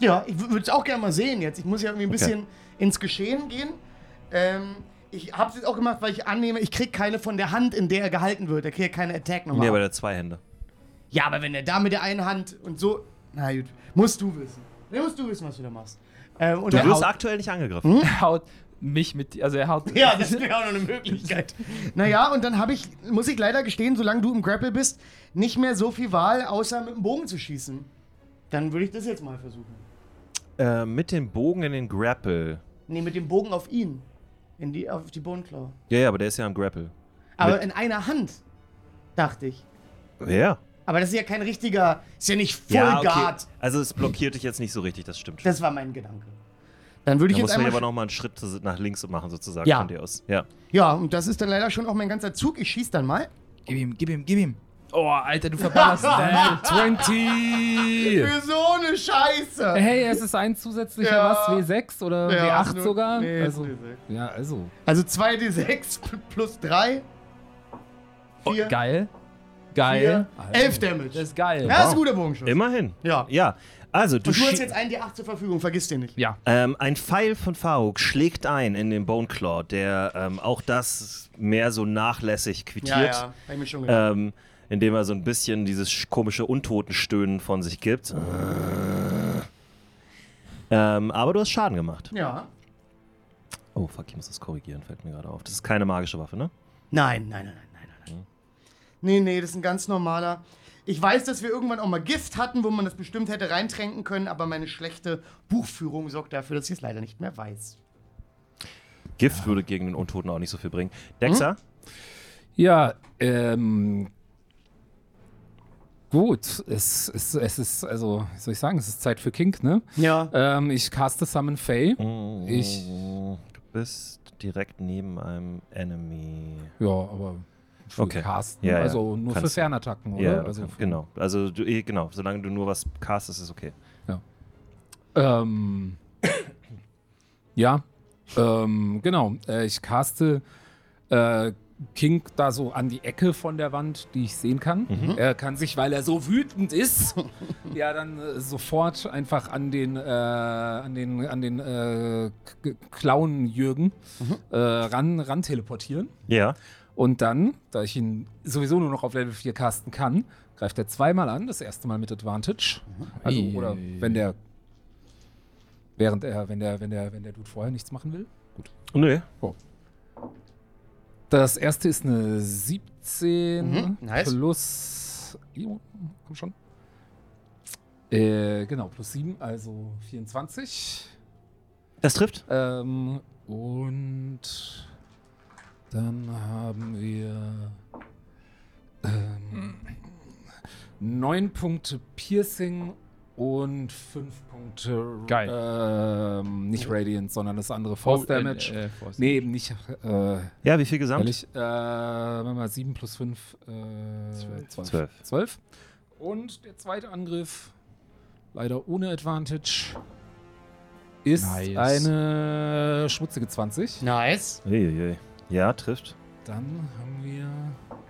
S2: Ja, ich würde es auch gerne mal sehen jetzt. Ich muss ja irgendwie ein bisschen ins Geschehen gehen. Ähm, Ich hab's jetzt auch gemacht, weil ich annehme, ich krieg keine von der Hand, in der er gehalten wird. Er kriegt keine Attack nochmal.
S1: Nee, aber der zwei Hände.
S2: Ja, aber wenn er da mit der einen Hand und so. Na gut, musst du wissen. Nee, musst du wissen, was du da machst. Ähm, und
S1: Du
S2: er
S1: wirst
S2: haut-
S1: aktuell nicht angegriffen.
S3: Er haut mich mit. Also er haut.
S2: Ja, das wäre auch noch eine Möglichkeit. [laughs] Naja, und dann habe ich, muss ich leider gestehen, solange du im Grapple bist, nicht mehr so viel Wahl, außer mit dem Bogen zu schießen. Dann würde ich das jetzt mal versuchen.
S1: Äh, mit dem Bogen in den Grapple.
S2: Nee, mit dem Bogen auf ihn. In die, auf die Bodenklaue.
S1: Ja, ja, aber der ist ja am Grapple.
S2: Aber
S1: Mit-
S2: in einer Hand, dachte ich.
S1: Ja.
S2: Aber das ist ja kein richtiger, ist ja nicht Full
S1: Ja,
S2: Guard.
S1: okay. Also es blockiert dich jetzt nicht so richtig, das stimmt.
S2: Das war mein Gedanke. Dann würde ich
S1: Da
S2: jetzt
S1: muss man
S2: einmal.
S1: aber nochmal einen Schritt zu- nach links machen, sozusagen,
S2: Ja.
S1: von dir aus. Ja.
S2: Ja, und das ist dann leider schon auch mein ganzer Zug. Ich schieß dann mal.
S3: Gib ihm, gib ihm, gib ihm. Oh, Alter,
S2: [laughs]
S3: du verballerst. äh,
S4: 20!
S2: Für so eine Scheiße!
S3: Äh,
S4: Hey, es ist ein zusätzlicher
S2: Ja.
S4: was? W6 oder
S2: Ja,
S4: W8
S2: nur-
S4: sogar?
S2: nee,
S4: also,
S2: ist nur W6.
S4: ja, also.
S2: Also 2d6 p- [laughs] plus 3. 4,
S3: Oh, geil. Geil.
S2: 11 Damage.
S3: Das ist geil.
S2: ja, ist ein guter Bogenschuss.
S1: Immerhin.
S2: Ja.
S1: Ja. Also, du,
S2: Und du hast
S1: schie-
S2: jetzt einen D8 zur Verfügung, vergiss den nicht.
S3: Ja.
S1: ähm, Ein Pfeil von Faruk schlägt ein in den Boneclaw, der ähm, auch das mehr so nachlässig
S2: ja,
S1: quittiert.
S2: ja hab ich mir schon
S3: Äh.
S2: gedacht.
S1: ähm, indem er so ein bisschen dieses sch- komische Untoten-Stöhnen von sich gibt. Ähm, aber du hast Schaden gemacht.
S2: Ja.
S1: Oh, fuck, ich muss das korrigieren, fällt mir gerade auf. Das ist keine magische Waffe, ne?
S2: Nein, nein, nein, nein, nein, nein. nein. Nee, nee, das ist ein ganz normaler. Ich weiß, dass wir irgendwann auch mal Gift hatten, wo man das bestimmt hätte reintränken können, aber meine schlechte Buchführung sorgt dafür, dass ich es leider nicht mehr weiß.
S1: Gift würde gegen den Untoten auch nicht so viel bringen. Dexa?
S4: Ja, ähm. Gut, es, es, es ist, also, wie soll ich sagen, es ist Zeit für Kink, ne?
S2: Ja.
S4: Ähm, ich caste Summon Fey.
S1: Mhm.
S4: Hm? Ich-
S1: Du bist direkt neben einem Enemy.
S4: Ja, aber für
S1: Okay.
S4: casten,
S1: Ja, ja.
S4: also nur für
S1: Kannst du.
S4: Fernattacken, oder?
S1: Ja, ja,
S4: also,
S1: kann- genau. Also, du, eh, genau, solange du nur was castest, ist okay.
S4: Ähm, ja, ähm, genau. Äh, ich caste äh, King da so an die Ecke von der Wand, die ich sehen kann. Er kann sich, weil er so wütend ist, ja dann äh, sofort einfach an den äh, an den an den äh, K- Clown Jürgen äh, ran ran teleportieren.
S1: Ja.
S4: Und dann, da ich ihn sowieso nur noch auf Level 4 casten kann, greift er zweimal an, das erste Mal mit Advantage.
S2: Mhm.
S4: Also,
S3: Ei.
S4: oder wenn der. Während er, wenn der, wenn der, wenn der Dude vorher nichts machen will. Gut.
S1: Nö.
S4: Das erste ist eine 17
S2: Mhm, nice.
S4: plus. Jo, komm schon. Äh, genau, plus 7, also 24.
S1: Das trifft.
S4: Ähm, und dann haben wir ähm, neun Punkte Piercing und fünf Punkte
S3: Geil.
S4: Ähm, nicht Radiant, sondern das andere Force
S3: Oh, äh,
S4: Damage.
S3: äh, Force
S4: nee, eben nicht. Äh,
S1: Ja, wie viel gesamt?
S4: ehrlich, äh, warte mal 7 plus 5, äh, 12.
S1: Zwölf.
S4: 12. Und der zweite Angriff, leider ohne Advantage, ist
S3: Nice.
S4: eine schmutzige 20.
S2: Nice.
S1: Uiuiui. Ja, trifft.
S4: Dann haben wir,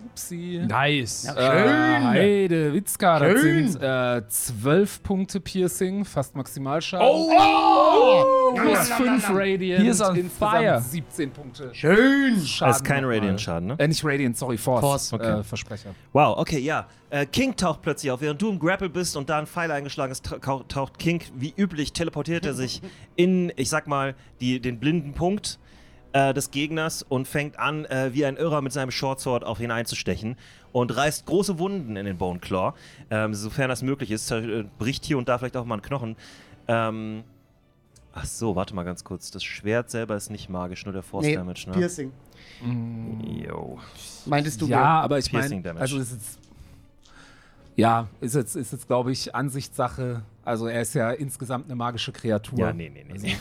S4: upsie,
S3: Nice.
S2: Ja.
S4: äh,
S2: Schön.
S4: Heide Witzka, das
S2: Schön.
S4: sind äh, 12 Punkte Piercing, fast Maximalschaden.
S2: Oh!
S4: Plus 5 Radiant,
S3: He is on
S4: insgesamt
S3: fire.
S4: 17 Punkte.
S2: Schön.
S4: Schaden
S1: Das ist kein
S4: nochmal.
S1: Radiant-Schaden, ne?
S4: Äh, nicht Radiant, sorry, Force.
S2: Force.
S1: Okay.
S4: Äh, Versprecher.
S1: Wow, okay, ja. Äh, King taucht plötzlich auf. Während du im Grapple bist und da ein Pfeil eingeschlagen ist, tau- taucht King, wie üblich, teleportiert er sich in, ich sag mal, die, den blinden Punkt äh, des Gegners und fängt an, äh, wie ein Irrer mit seinem Shortsword auf ihn einzustechen und reißt große Wunden in den Bone Claw. Ähm, sofern das möglich ist, zer- äh, bricht hier und da vielleicht auch mal ein Knochen. Ähm, ach so, warte mal ganz kurz. Das Schwert selber ist nicht magisch, nur der Force
S2: Nee,
S1: Damage, ne?
S2: Piercing.
S3: Mm.
S1: Yo.
S2: Meintest du
S4: Ja, aber ich
S1: Piercing
S4: meine,
S1: Damage.
S4: also ist jetzt, ja, ist jetzt, ist jetzt glaube ich, Ansichtssache. Also er ist ja insgesamt eine magische Kreatur.
S1: Ja, nee, nee, nee, nee.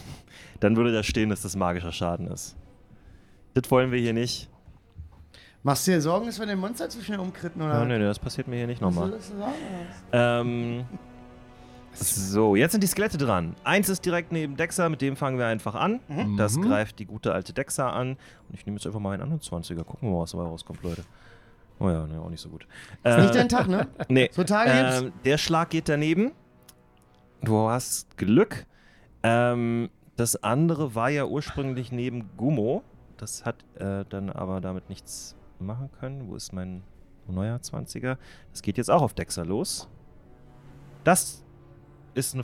S1: Dann würde da stehen, dass das magischer Schaden ist. Das wollen wir hier nicht.
S2: Machst du dir Sorgen, dass wir den Monster zu schnell umkritten,
S1: Ja,
S2: oder?
S1: nee, nee, das passiert mir hier nicht
S2: Was
S1: nochmal.
S2: soll das denn sagen?
S1: Ähm, so, jetzt sind die Skelette dran. Eins ist direkt neben Dexa, mit dem fangen wir einfach an. Das greift die gute alte Dexa an. Und ich nehme jetzt einfach mal einen anderen 20er. Gucken wir mal, was dabei rauskommt, Leute. Oh ja, nee, auch nicht so gut. Äh,
S2: Nicht dein Tag, ne?
S3: [laughs]
S1: [laughs] nee.
S2: Total jetzt.
S1: Ähm, der Schlag geht daneben. Du hast Glück. Ähm, das andere war ja ursprünglich neben Gummo. Das hat äh, dann aber damit nichts machen können. Wo ist mein neuer 20er? Das geht jetzt auch auf Dexter los. Das ist eine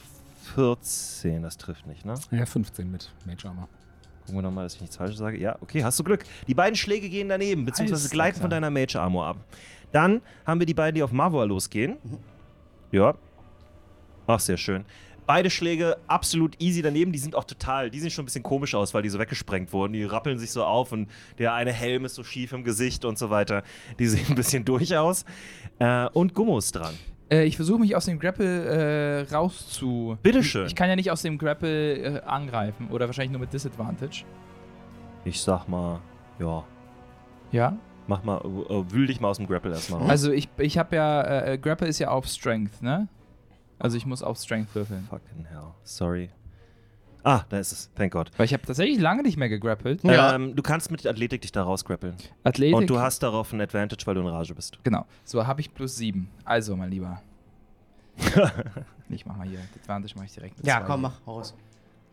S1: 14. Das trifft nicht, ne?
S4: Ja, 15 mit Mage Armor.
S1: Gucken wir nochmal, dass ich nichts Falsches sage. Ja, okay, hast du Glück. Die beiden Schläge gehen daneben, beziehungsweise
S3: Alles
S1: gleiten von
S3: klar.
S1: deiner Mage Armor ab. Dann haben wir die beiden, die auf Mavor losgehen.
S3: Mhm.
S1: Ja. Ach, sehr schön. Beide Schläge absolut easy daneben. Die sind auch total, die sehen schon ein bisschen komisch aus, weil die so weggesprengt wurden. Die rappeln sich so auf und der eine Helm ist so schief im Gesicht und so weiter. Die sehen ein bisschen durch aus. Äh, und Gummo ist dran.
S3: Äh, ich versuche mich aus dem Grapple äh, rauszu.
S1: Bitteschön.
S3: Ich kann ja nicht aus dem Grapple äh, angreifen oder wahrscheinlich nur mit Disadvantage.
S1: Ich sag mal, ja,
S3: Ja.
S1: mach mal, äh, wühl dich mal aus dem Grapple erstmal
S2: Hm?
S1: raus.
S3: Also ich, ich habe ja, äh, äh, Grapple ist ja auf Strength, ne? Also ich muss auf Strength würfeln.
S1: Fucking hell. Sorry. Ah, da ist es. Thank God.
S3: Weil ich habe tatsächlich lange nicht mehr gegrappelt.
S2: Ja.
S1: Ähm, du kannst mit Athletik dich da rausgrappeln.
S3: Athletik.
S1: Und du hast darauf ein Advantage, weil du in Rage bist. [laughs]
S3: Genau. So habe ich plus sieben. Also, mein Lieber. ich mach mal hier. Advantage mache ich direkt. mit
S2: Ja,
S3: zwei.
S2: komm, mach raus.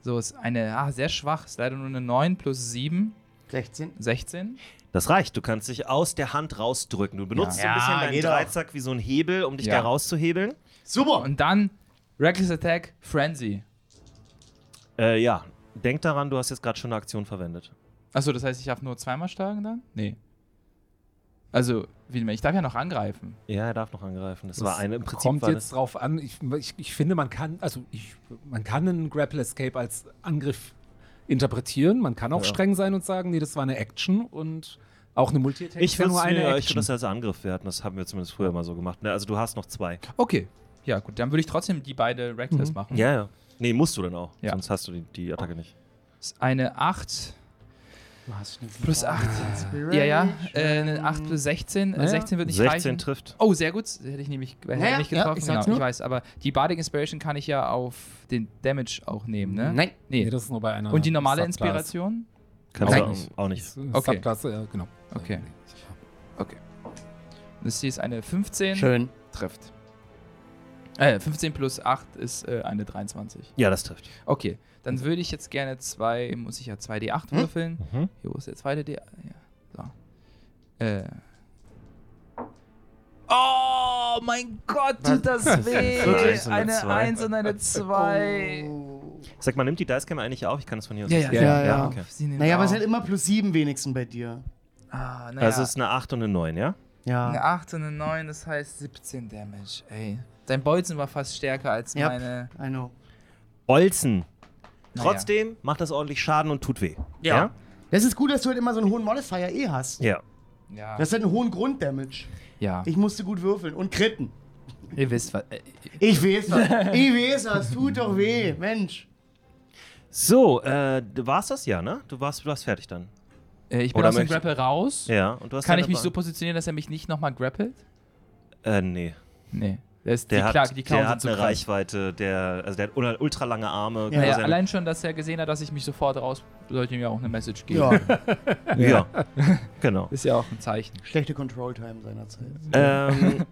S3: So ist eine, ah, sehr schwach. Ist leider nur eine 9 plus 7,
S2: 16.
S3: 16.
S1: Das reicht. Du kannst dich aus der Hand rausdrücken. Du benutzt
S2: Ja.
S1: so ein bisschen
S2: Ja,
S1: deinen
S2: geht
S1: Dreizack wie so ein Hebel, um dich
S3: Ja.
S1: da rauszuhebeln.
S2: Super.
S3: Und dann Reckless Attack, Frenzy.
S1: Äh, ja. Denk daran, du hast jetzt gerade schon eine Aktion verwendet.
S3: Achso, das heißt, ich darf nur zweimal schlagen dann? Nee. Also, wie, ich darf ja noch angreifen.
S1: Ja, er darf noch angreifen. Das, war eine im Prinzip.
S4: Kommt
S1: war
S4: jetzt drauf an. Ich, ich, ich finde, man kann, also ich, man kann einen Grapple Escape als Angriff interpretieren. Man kann auch
S1: Ja.
S4: streng sein und sagen, nee, das war eine Action und auch eine multi
S1: das, ich
S4: ja
S1: würde
S4: nur eine
S1: mir- ich würd
S4: Action.
S1: das als Angriff werten. Das haben wir zumindest früher mal so gemacht. Ne? Also du hast noch zwei.
S3: Okay. Ja, gut, dann würde ich trotzdem die beide Reckless
S4: Mhm.
S3: machen.
S1: Ja, ja. Nee, musst du dann auch.
S3: Ja.
S1: Sonst hast du die, die Attacke nicht.
S3: Ist Eine 8
S2: Du hast eine
S3: plus 8. Ja, ja. Äh, eine 8 plus 16. Äh,
S4: Naja.
S3: 16 wird nicht
S1: 16
S3: reichen.
S1: trifft.
S3: Oh, sehr gut. Hätte ich nämlich hätte ich
S2: Naja,
S3: nicht
S2: ja,
S3: getroffen.
S2: ich sag's
S3: genau, ich
S2: nur.
S3: weiß. Aber die Bardic Inspiration kann ich ja auf den Damage auch nehmen, ne?
S2: Nein.
S3: Nee.
S4: Nee, das ist nur bei einer
S3: Und die normale
S4: Subclass.
S3: Inspiration?
S1: Kannst du
S4: Nein.
S1: auch- auch nicht.
S3: Okay.
S4: Subklasse, ja, genau.
S3: Okay. Das hier ist eine 15.
S2: Schön.
S3: Trifft. Äh, 15 plus 8 ist äh, eine 23.
S1: Ja, das trifft.
S3: Okay, dann würde ich jetzt gerne zwei, muss ich ja 2d8
S2: Also. Hm?
S3: würfeln.
S1: Mhm.
S3: Hier, wo ist der zweite D? Ah, Ja, so. Äh. Oh mein Gott, tut
S2: [laughs]
S3: das weh!
S1: Eins und eine
S3: eine
S1: Zwei.
S3: 1 und eine 2.
S2: Oh.
S1: Sag mal, nimmt die Dicecam eigentlich auf? Ich kann das von hier aus
S3: Ja,
S1: nicht
S3: ja,
S1: sehen.
S2: ja, ja.
S1: okay.
S3: Sie nehmen
S2: Naja, aber es
S3: auf.
S2: ist halt immer plus 7 wenigstens bei dir.
S3: Ah, naja.
S1: Also es ist eine 8 und eine 9, ja?
S3: Eine
S2: Ja.
S3: 8 und eine 9, das heißt 17 Damage, ey. Dein Bolzen war fast stärker als
S2: Ja.
S3: meine.
S2: I know.
S1: Bolzen.
S3: Naja.
S1: Trotzdem macht das ordentlich Schaden und tut weh.
S2: Ja. Das ist gut, dass du halt immer so einen hohen Modifier eh hast.
S1: Ja. Ja.
S3: Ja.
S2: Das hat einen hohen Grunddamage.
S3: ja.
S2: Ich musste gut würfeln und kritten.
S3: Ihr wisst was. Äh,
S2: Ich weiß das.
S3: [laughs]
S2: ich weiß das. Tut doch weh. Mensch.
S1: So, äh, du warst das ja, ne? Du warst, du warst fertig dann.
S3: äh, ich bin
S1: Oder
S3: aus dem
S1: möchtest-
S3: Grapple raus.
S1: Ja. Und du hast
S3: Kann
S1: deine
S3: ich mich so
S1: Bahn-
S3: positionieren, dass er mich nicht nochmal grappelt?
S1: Äh, nee.
S3: Nee. Das ist
S1: Der
S3: die,
S1: hat,
S3: Kla die Klauen
S1: der
S3: sind
S1: hat
S3: zu
S1: eine
S3: krass.
S1: Reichweite, der, also der hat ul- ultra lange Arme.
S2: Ja,
S1: kann
S3: Naja,
S1: sein-
S3: allein schon, dass er gesehen hat, dass ich mich sofort raus. Sollte ihm ja auch eine Message geben.
S1: ja. [laughs] genau.
S3: Ist ja auch ein Zeichen.
S2: Schlechte Control Time seiner Zeit.
S1: ähm,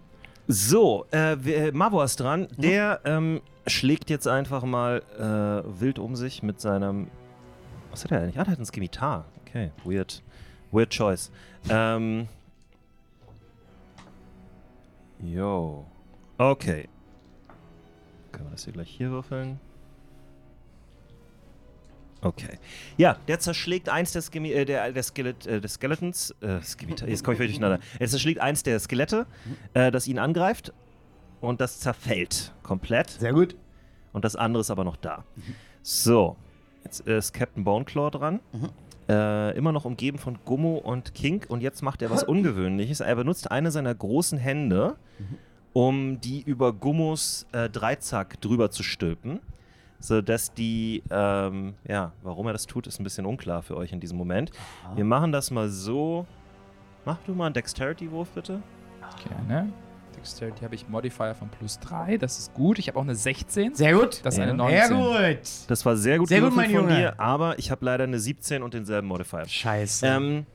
S1: so, äh, wir- Mavo ist dran. Der
S3: Mhm.
S1: ähm, schlägt jetzt einfach mal äh, wild um sich mit seinem. Was hat er eigentlich? Ah, der hat einen Skimitar. Okay, weird. Weird choice. Ähm. Yo. Okay. Können wir das hier gleich hier würfeln? Okay. Ja, der zerschlägt eins der, Skemi äh, der, der, Skelet äh, des Skeletons. Äh, Skimitar, jetzt komme ich völlig durcheinander. Er zerschlägt eins der Skelette, äh, das ihn angreift. Und das zerfällt komplett.
S2: Sehr gut.
S1: Und das andere ist aber noch da.
S2: Mhm.
S1: So. Jetzt ist Captain Boneclaw dran.
S2: Mhm.
S1: Äh, immer noch umgeben von Gummo und King. Und jetzt macht er was Ungewöhnliches. Er benutzt eine seiner großen Hände,
S2: Mhm.
S1: um die über Gummos äh, Dreizack drüber zu stülpen. Sodass die, ähm, ja, warum er das tut, ist ein bisschen unklar für euch in diesem Moment. Wir machen das mal so. Mach du mal einen Dexterity-Wurf bitte.
S3: Gerne. ne? Dexterity habe ich Modifier von plus 3. Das ist gut. Ich habe auch eine 16.
S2: Sehr gut.
S3: Das ist eine
S1: Ja.
S3: 19.
S2: Sehr gut.
S1: Das war sehr gut,
S2: Sehr gut,
S1: gewürfelt
S2: mein
S1: von
S2: Junge.
S1: dir, aber ich habe leider eine 17 und denselben Modifier.
S2: Scheiße.
S1: Ähm,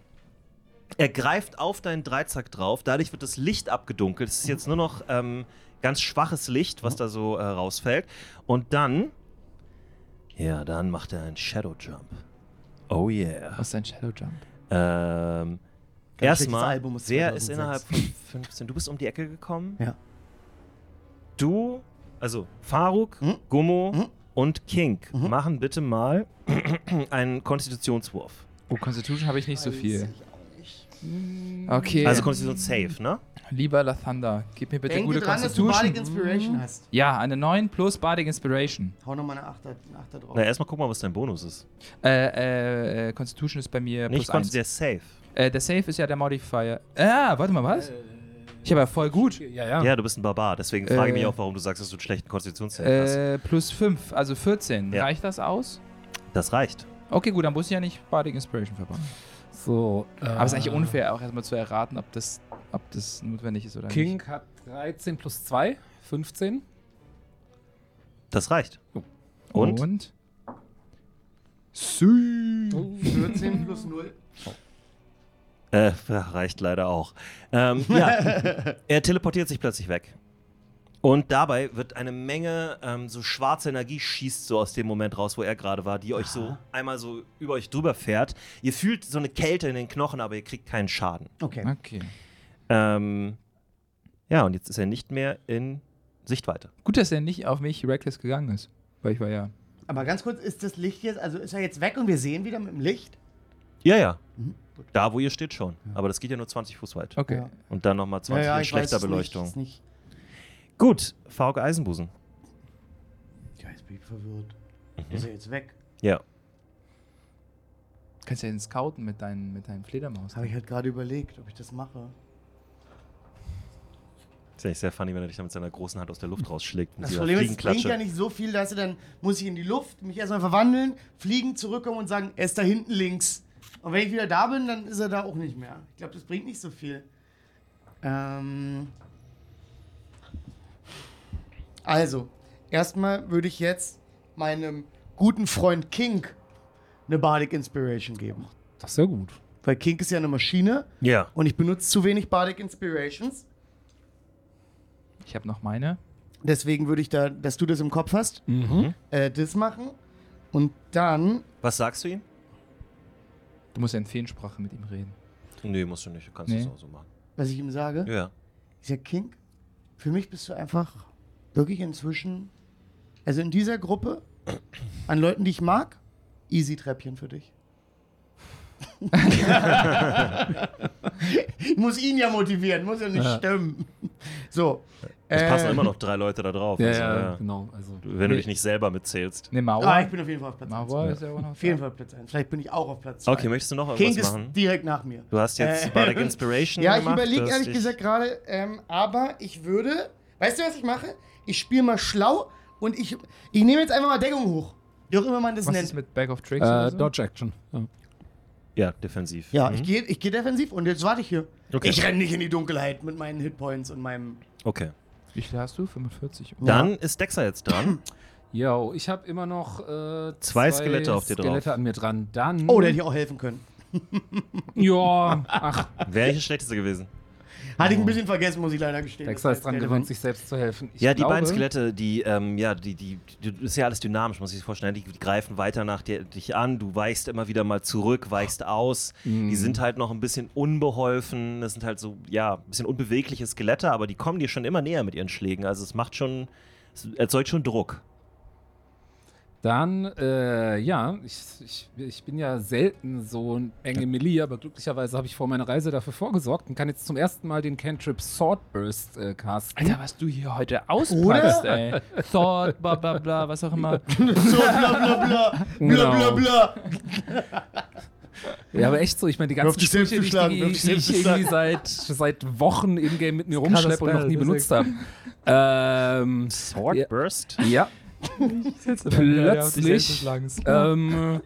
S1: er greift auf deinen Dreizack drauf, dadurch wird das Licht abgedunkelt. Es ist jetzt nur noch ähm, ganz schwaches Licht, was da so äh, rausfällt. Und dann. Ja, dann macht er einen Shadow Jump. Oh yeah.
S3: Was ist dein Shadow Jump?
S1: Ähm,
S2: Ganz schlechtes
S1: erstmal,
S2: Album aus
S1: wer
S2: 2006.
S1: ist innerhalb von 15? Du bist um die Ecke gekommen.
S2: Ja.
S1: Du, also Faruk,
S2: Hm?
S1: Gummo und King machen bitte mal [clears throat] einen Konstitutionswurf.
S3: Oh, Constitution habe ich nicht so viel. Okay.
S1: Also Konstitution Safe, ne?
S3: Lieber Lathander, gib mir bitte
S2: Denke
S3: gute
S2: dran, dass du Bardic
S3: Constitution.
S2: Inspiration hast.
S3: Ja, eine 9 plus Bardic Inspiration.
S2: Hau nochmal eine Achter, eine Achter drauf.
S1: Na, erstmal guck mal, was dein Bonus ist.
S3: Äh, äh, äh, Constitution ist bei mir
S1: Nicht
S3: plus 1.
S1: Konstitution, der Safe.
S3: Äh, der Safe ist ja der Modifier. Ah, warte mal, was? Ich habe ja voll gut.
S4: Ja, ja.
S1: Ja, du bist ein Barbar, deswegen frage ich mich
S3: Ah. Äh.
S1: auch, warum du sagst, dass du einen schlechten Konstitutionssafe hast.
S3: Äh, plus 5, also 14.
S1: Ja.
S3: Reicht das aus?
S1: Das reicht.
S3: Okay, gut, dann muss ich ja nicht Bardic Inspiration verbannen.
S4: So, äh,
S3: Aber es ist eigentlich unfair, auch erstmal zu erraten, ob das, ob das notwendig ist oder
S4: King
S3: nicht.
S4: hat 13 plus 2, 15.
S1: Das reicht. Und?
S3: Und?
S4: Sü.
S2: Oh. 14 plus 0.
S1: Äh, reicht leider auch. Ähm,
S3: [laughs]
S1: ja, er teleportiert sich plötzlich weg. Und dabei wird eine Menge ähm, so schwarze Energie schießt so aus dem Moment raus, wo er gerade war, die euch so einmal so über euch drüber fährt. Ihr fühlt so eine Kälte in den Knochen, aber ihr kriegt keinen Schaden.
S2: Okay.
S3: Okay.
S1: Ähm, ja, und jetzt ist er nicht mehr in Sichtweite.
S3: Gut, dass er nicht auf mich reckless gegangen ist. Weil ich war ja.
S2: Aber ganz kurz, ist das Licht jetzt, also ist er jetzt weg und wir sehen wieder mit dem Licht? Hm?
S1: Ja, ja.
S2: Mhm.
S1: Da, wo ihr steht schon. Aber das geht ja nur 20 Fuß weit.
S3: Okay.
S2: Ja.
S1: Und dann nochmal 20 mit schlechter Beleuchtung.
S2: Nicht, nicht.
S1: Gut, Faruk Eisenbusen.
S2: Ja, jetzt bin ich verwirrt.
S3: Mhm.
S2: Ist er jetzt weg?
S1: Ja.
S3: Kannst ja den scouten mit, deinen, mit deinem Fledermaus.
S2: Habe ich halt gerade überlegt, ob ich das mache.
S1: Ist eigentlich sehr funny, wenn er dich dann mit seiner großen Hand aus der Luft rausschlägt. Mit
S2: Das
S1: dieser
S2: Problem ist, es bringt
S1: Fliegenklatsche.
S2: ja nicht so viel, dass du dann muss ich in die Luft, mich erstmal verwandeln, fliegen, zurückkommen und sagen, er ist da hinten links. Und wenn ich wieder da bin, dann ist er da auch nicht mehr. Ich glaube, das bringt nicht so viel. Ähm also, erstmal würde ich jetzt meinem guten Freund King eine Bardic Inspiration geben.
S4: Das ist ja gut.
S2: Weil King ist ja eine Maschine
S1: Ja.
S2: und ich benutze zu wenig Bardic Inspirations.
S3: Ich habe noch meine.
S2: Deswegen würde ich da, dass du das im Kopf hast.
S4: Mhm.
S2: äh, das machen und dann.
S1: Was sagst du ihm?
S3: Du musst ja in Feensprache mit ihm reden.
S1: Nee, musst du nicht. Du kannst
S3: Nee.
S1: das auch so machen.
S2: was ich ihm sage.
S1: Ja.
S2: Ich sage, King, für mich bist du einfach wirklich inzwischen, also in dieser Gruppe, an Leuten, die ich mag, easy Treppchen für dich. ich muss ihn ja motivieren, muss ja nicht
S4: Ja.
S2: stimmen. So.
S1: Es
S2: äh,
S1: passen immer noch drei Leute da drauf.
S4: Ja,
S1: also,
S4: ja,
S1: ja.
S4: genau. Also,
S1: Wenn du dich nicht selber mitzählst.
S3: Ne, Mauer.
S2: Ah, ich bin auf jeden Fall auf Platz 1.
S3: Mauer ist ja auch noch.
S2: Auf jeden Fall auf Platz 1. Vielleicht bin ich auch auf Platz 2.
S1: Okay, möchtest du noch
S2: King
S1: irgendwas
S2: ist
S1: machen?
S2: direkt nach mir.
S1: Du hast jetzt
S2: Äh, [laughs]
S1: Bardic Inspiration
S2: Ja, ich
S1: gemacht.
S2: überlege
S1: dass
S2: ehrlich
S1: dich-
S2: gesagt gerade, ähm, aber ich würde, weißt du, was ich mache? Ich spiele mal schlau und ich, ich nehme jetzt einfach mal Deckung hoch. Wie auch immer man das
S3: Was
S2: nennt.
S3: ist mit Bag of Tricks? oder
S4: äh,
S3: so?
S4: Dodge Action. Ja.
S1: Ja, defensiv.
S2: ja,
S1: Mhm.
S2: ich gehe ich geh defensiv und jetzt warte ich hier.
S1: Okay.
S2: Ich renne nicht in die Dunkelheit mit meinen Hitpoints und meinem.
S1: Okay.
S3: Wie viel hast du? 45. Oh.
S1: Dann ist Dexter jetzt dran.
S2: [laughs]
S4: Yo, ich habe immer noch äh,
S1: Zwei Skelette auf dir drauf.
S4: Skelette an mir dran. Dann.
S2: Oh, der hätte ich auch helfen können.
S4: Ja,
S1: [laughs]
S4: ach,
S1: Wäre ich der Schlechteste gewesen.
S2: Hatte ich ein bisschen vergessen, muss ich leider gestehen.
S4: Dexter
S2: Das
S4: ist dran
S2: heißt,
S4: gewöhnt, sich selbst zu helfen. Ich
S1: ja, die
S4: glaube-
S1: beiden Skelette, die, ähm, ja, die, die, die, das ist ja alles dynamisch, muss ich sich vorstellen. ne? Die greifen weiter nach dir, dich an, du weichst immer wieder mal zurück, weichst aus. Die sind halt noch ein bisschen unbeholfen. Das sind halt so, ja, ein bisschen unbewegliche Skelette, aber die kommen dir schon immer näher mit ihren Schlägen. Also es macht schon, es erzeugt schon Druck.
S4: Dann, äh, ja, ich, ich, ich bin ja selten so ein enge Melee, aber glücklicherweise habe ich vor meiner Reise dafür vorgesorgt und kann jetzt zum ersten Mal den Cantrip Swordburst äh, casten.
S3: Alter, was du hier heute auspackst,
S2: Oder?
S3: ey. Thought, bla bla bla, was auch
S4: [laughs]
S3: immer.
S2: So, bla bla bla. Bla bla bla.
S4: Ja, aber echt so, ich meine, die ganzen
S2: Wirf dich
S4: Sprüche,
S2: selbst
S4: die ich,
S2: geschlagen,
S4: die,
S2: wirf dich
S4: die
S2: selbst
S4: ich irgendwie seit, seit Wochen im Game mit mir
S3: krasser
S4: rumschleppe und noch
S3: Spell,
S4: nie
S3: das ist
S4: benutzt habe. Ähm, Ja.
S1: Swordburst?
S4: ja, plötzlich ähm,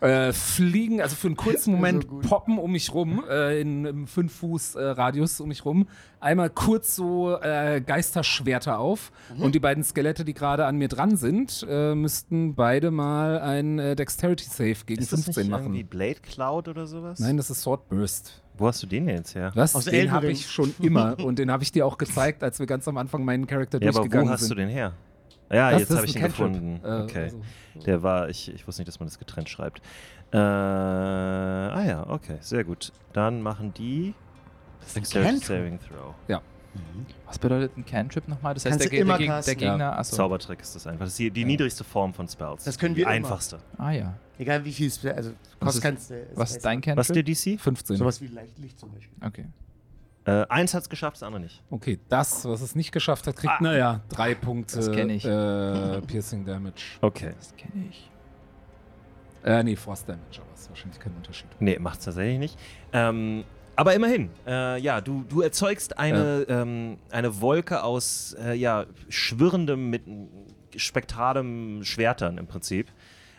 S4: äh, fliegen, also für einen kurzen Moment
S2: gut.
S4: poppen um mich rum, äh, in einem 5-Fuß-Radius um mich rum, einmal kurz so äh, Geisterschwerter auf und die beiden Skelette, die gerade an mir dran sind, äh, müssten beide mal ein äh, Dexterity-Save gegen
S1: Ist das nicht
S4: 15
S1: irgendwie
S4: machen.
S1: Blade Cloud oder sowas?
S4: Nein, das ist Swordburst.
S1: Wo hast du den denn jetzt her?
S4: Was?
S2: Aus
S4: den
S2: Elden
S4: habe
S2: Ring.
S4: ich schon immer und den habe ich dir auch gezeigt, als wir ganz am Anfang meinen Charakter
S1: Ja, aber
S4: durchgegangen
S1: wo hast
S4: sind.
S1: du den her? Ah Ja,
S4: Das-
S1: jetzt
S4: das
S1: habe ich
S4: ist
S1: ihn
S4: ein Cantrip.
S1: gefunden.
S4: Äh,
S1: okay.
S4: also-
S1: Der war, ich, ich wusste nicht, dass man das getrennt schreibt. Äh, ah ja, okay, sehr gut. Dann machen die Dexterity
S2: Cantrip.
S1: Saving Throw.
S3: Was bedeutet ein Cantrip nochmal? Das heißt,
S2: Kannst
S3: der,
S2: du
S3: Ge-
S2: immer
S3: der, Geg- der
S2: casten.
S3: Gegner. Achso.
S1: Zaubertrick ist das einfach. Das ist die, die niedrigste Form von Spells.
S2: Das können
S1: die
S2: wir immer.
S1: einfachste.
S3: Ah ja.
S2: Egal wie viel es also
S3: Was
S2: kost
S3: ist-
S2: kannst du.
S3: Was ist dein Cantrip?
S1: Was ist der DC?
S4: 15.
S2: Sowas wie Leichtlicht zum Beispiel.
S3: Okay.
S1: Äh, eins hat es geschafft, das andere nicht.
S4: Okay, das, was es nicht geschafft hat, kriegt,
S1: Ah.
S4: naja, drei Punkte
S3: Das kenn ich.
S4: Äh, Piercing Damage.
S1: Okay.
S3: Das kenne ich.
S4: Äh, nee, Frost Damage, aber ist wahrscheinlich kein Unterschied.
S1: Nee, macht's tatsächlich nicht. Ähm, aber immerhin, äh, ja, du, du erzeugst eine, ähm, eine Wolke aus äh, ja, schwirrendem, mit spektralem Schwertern im Prinzip.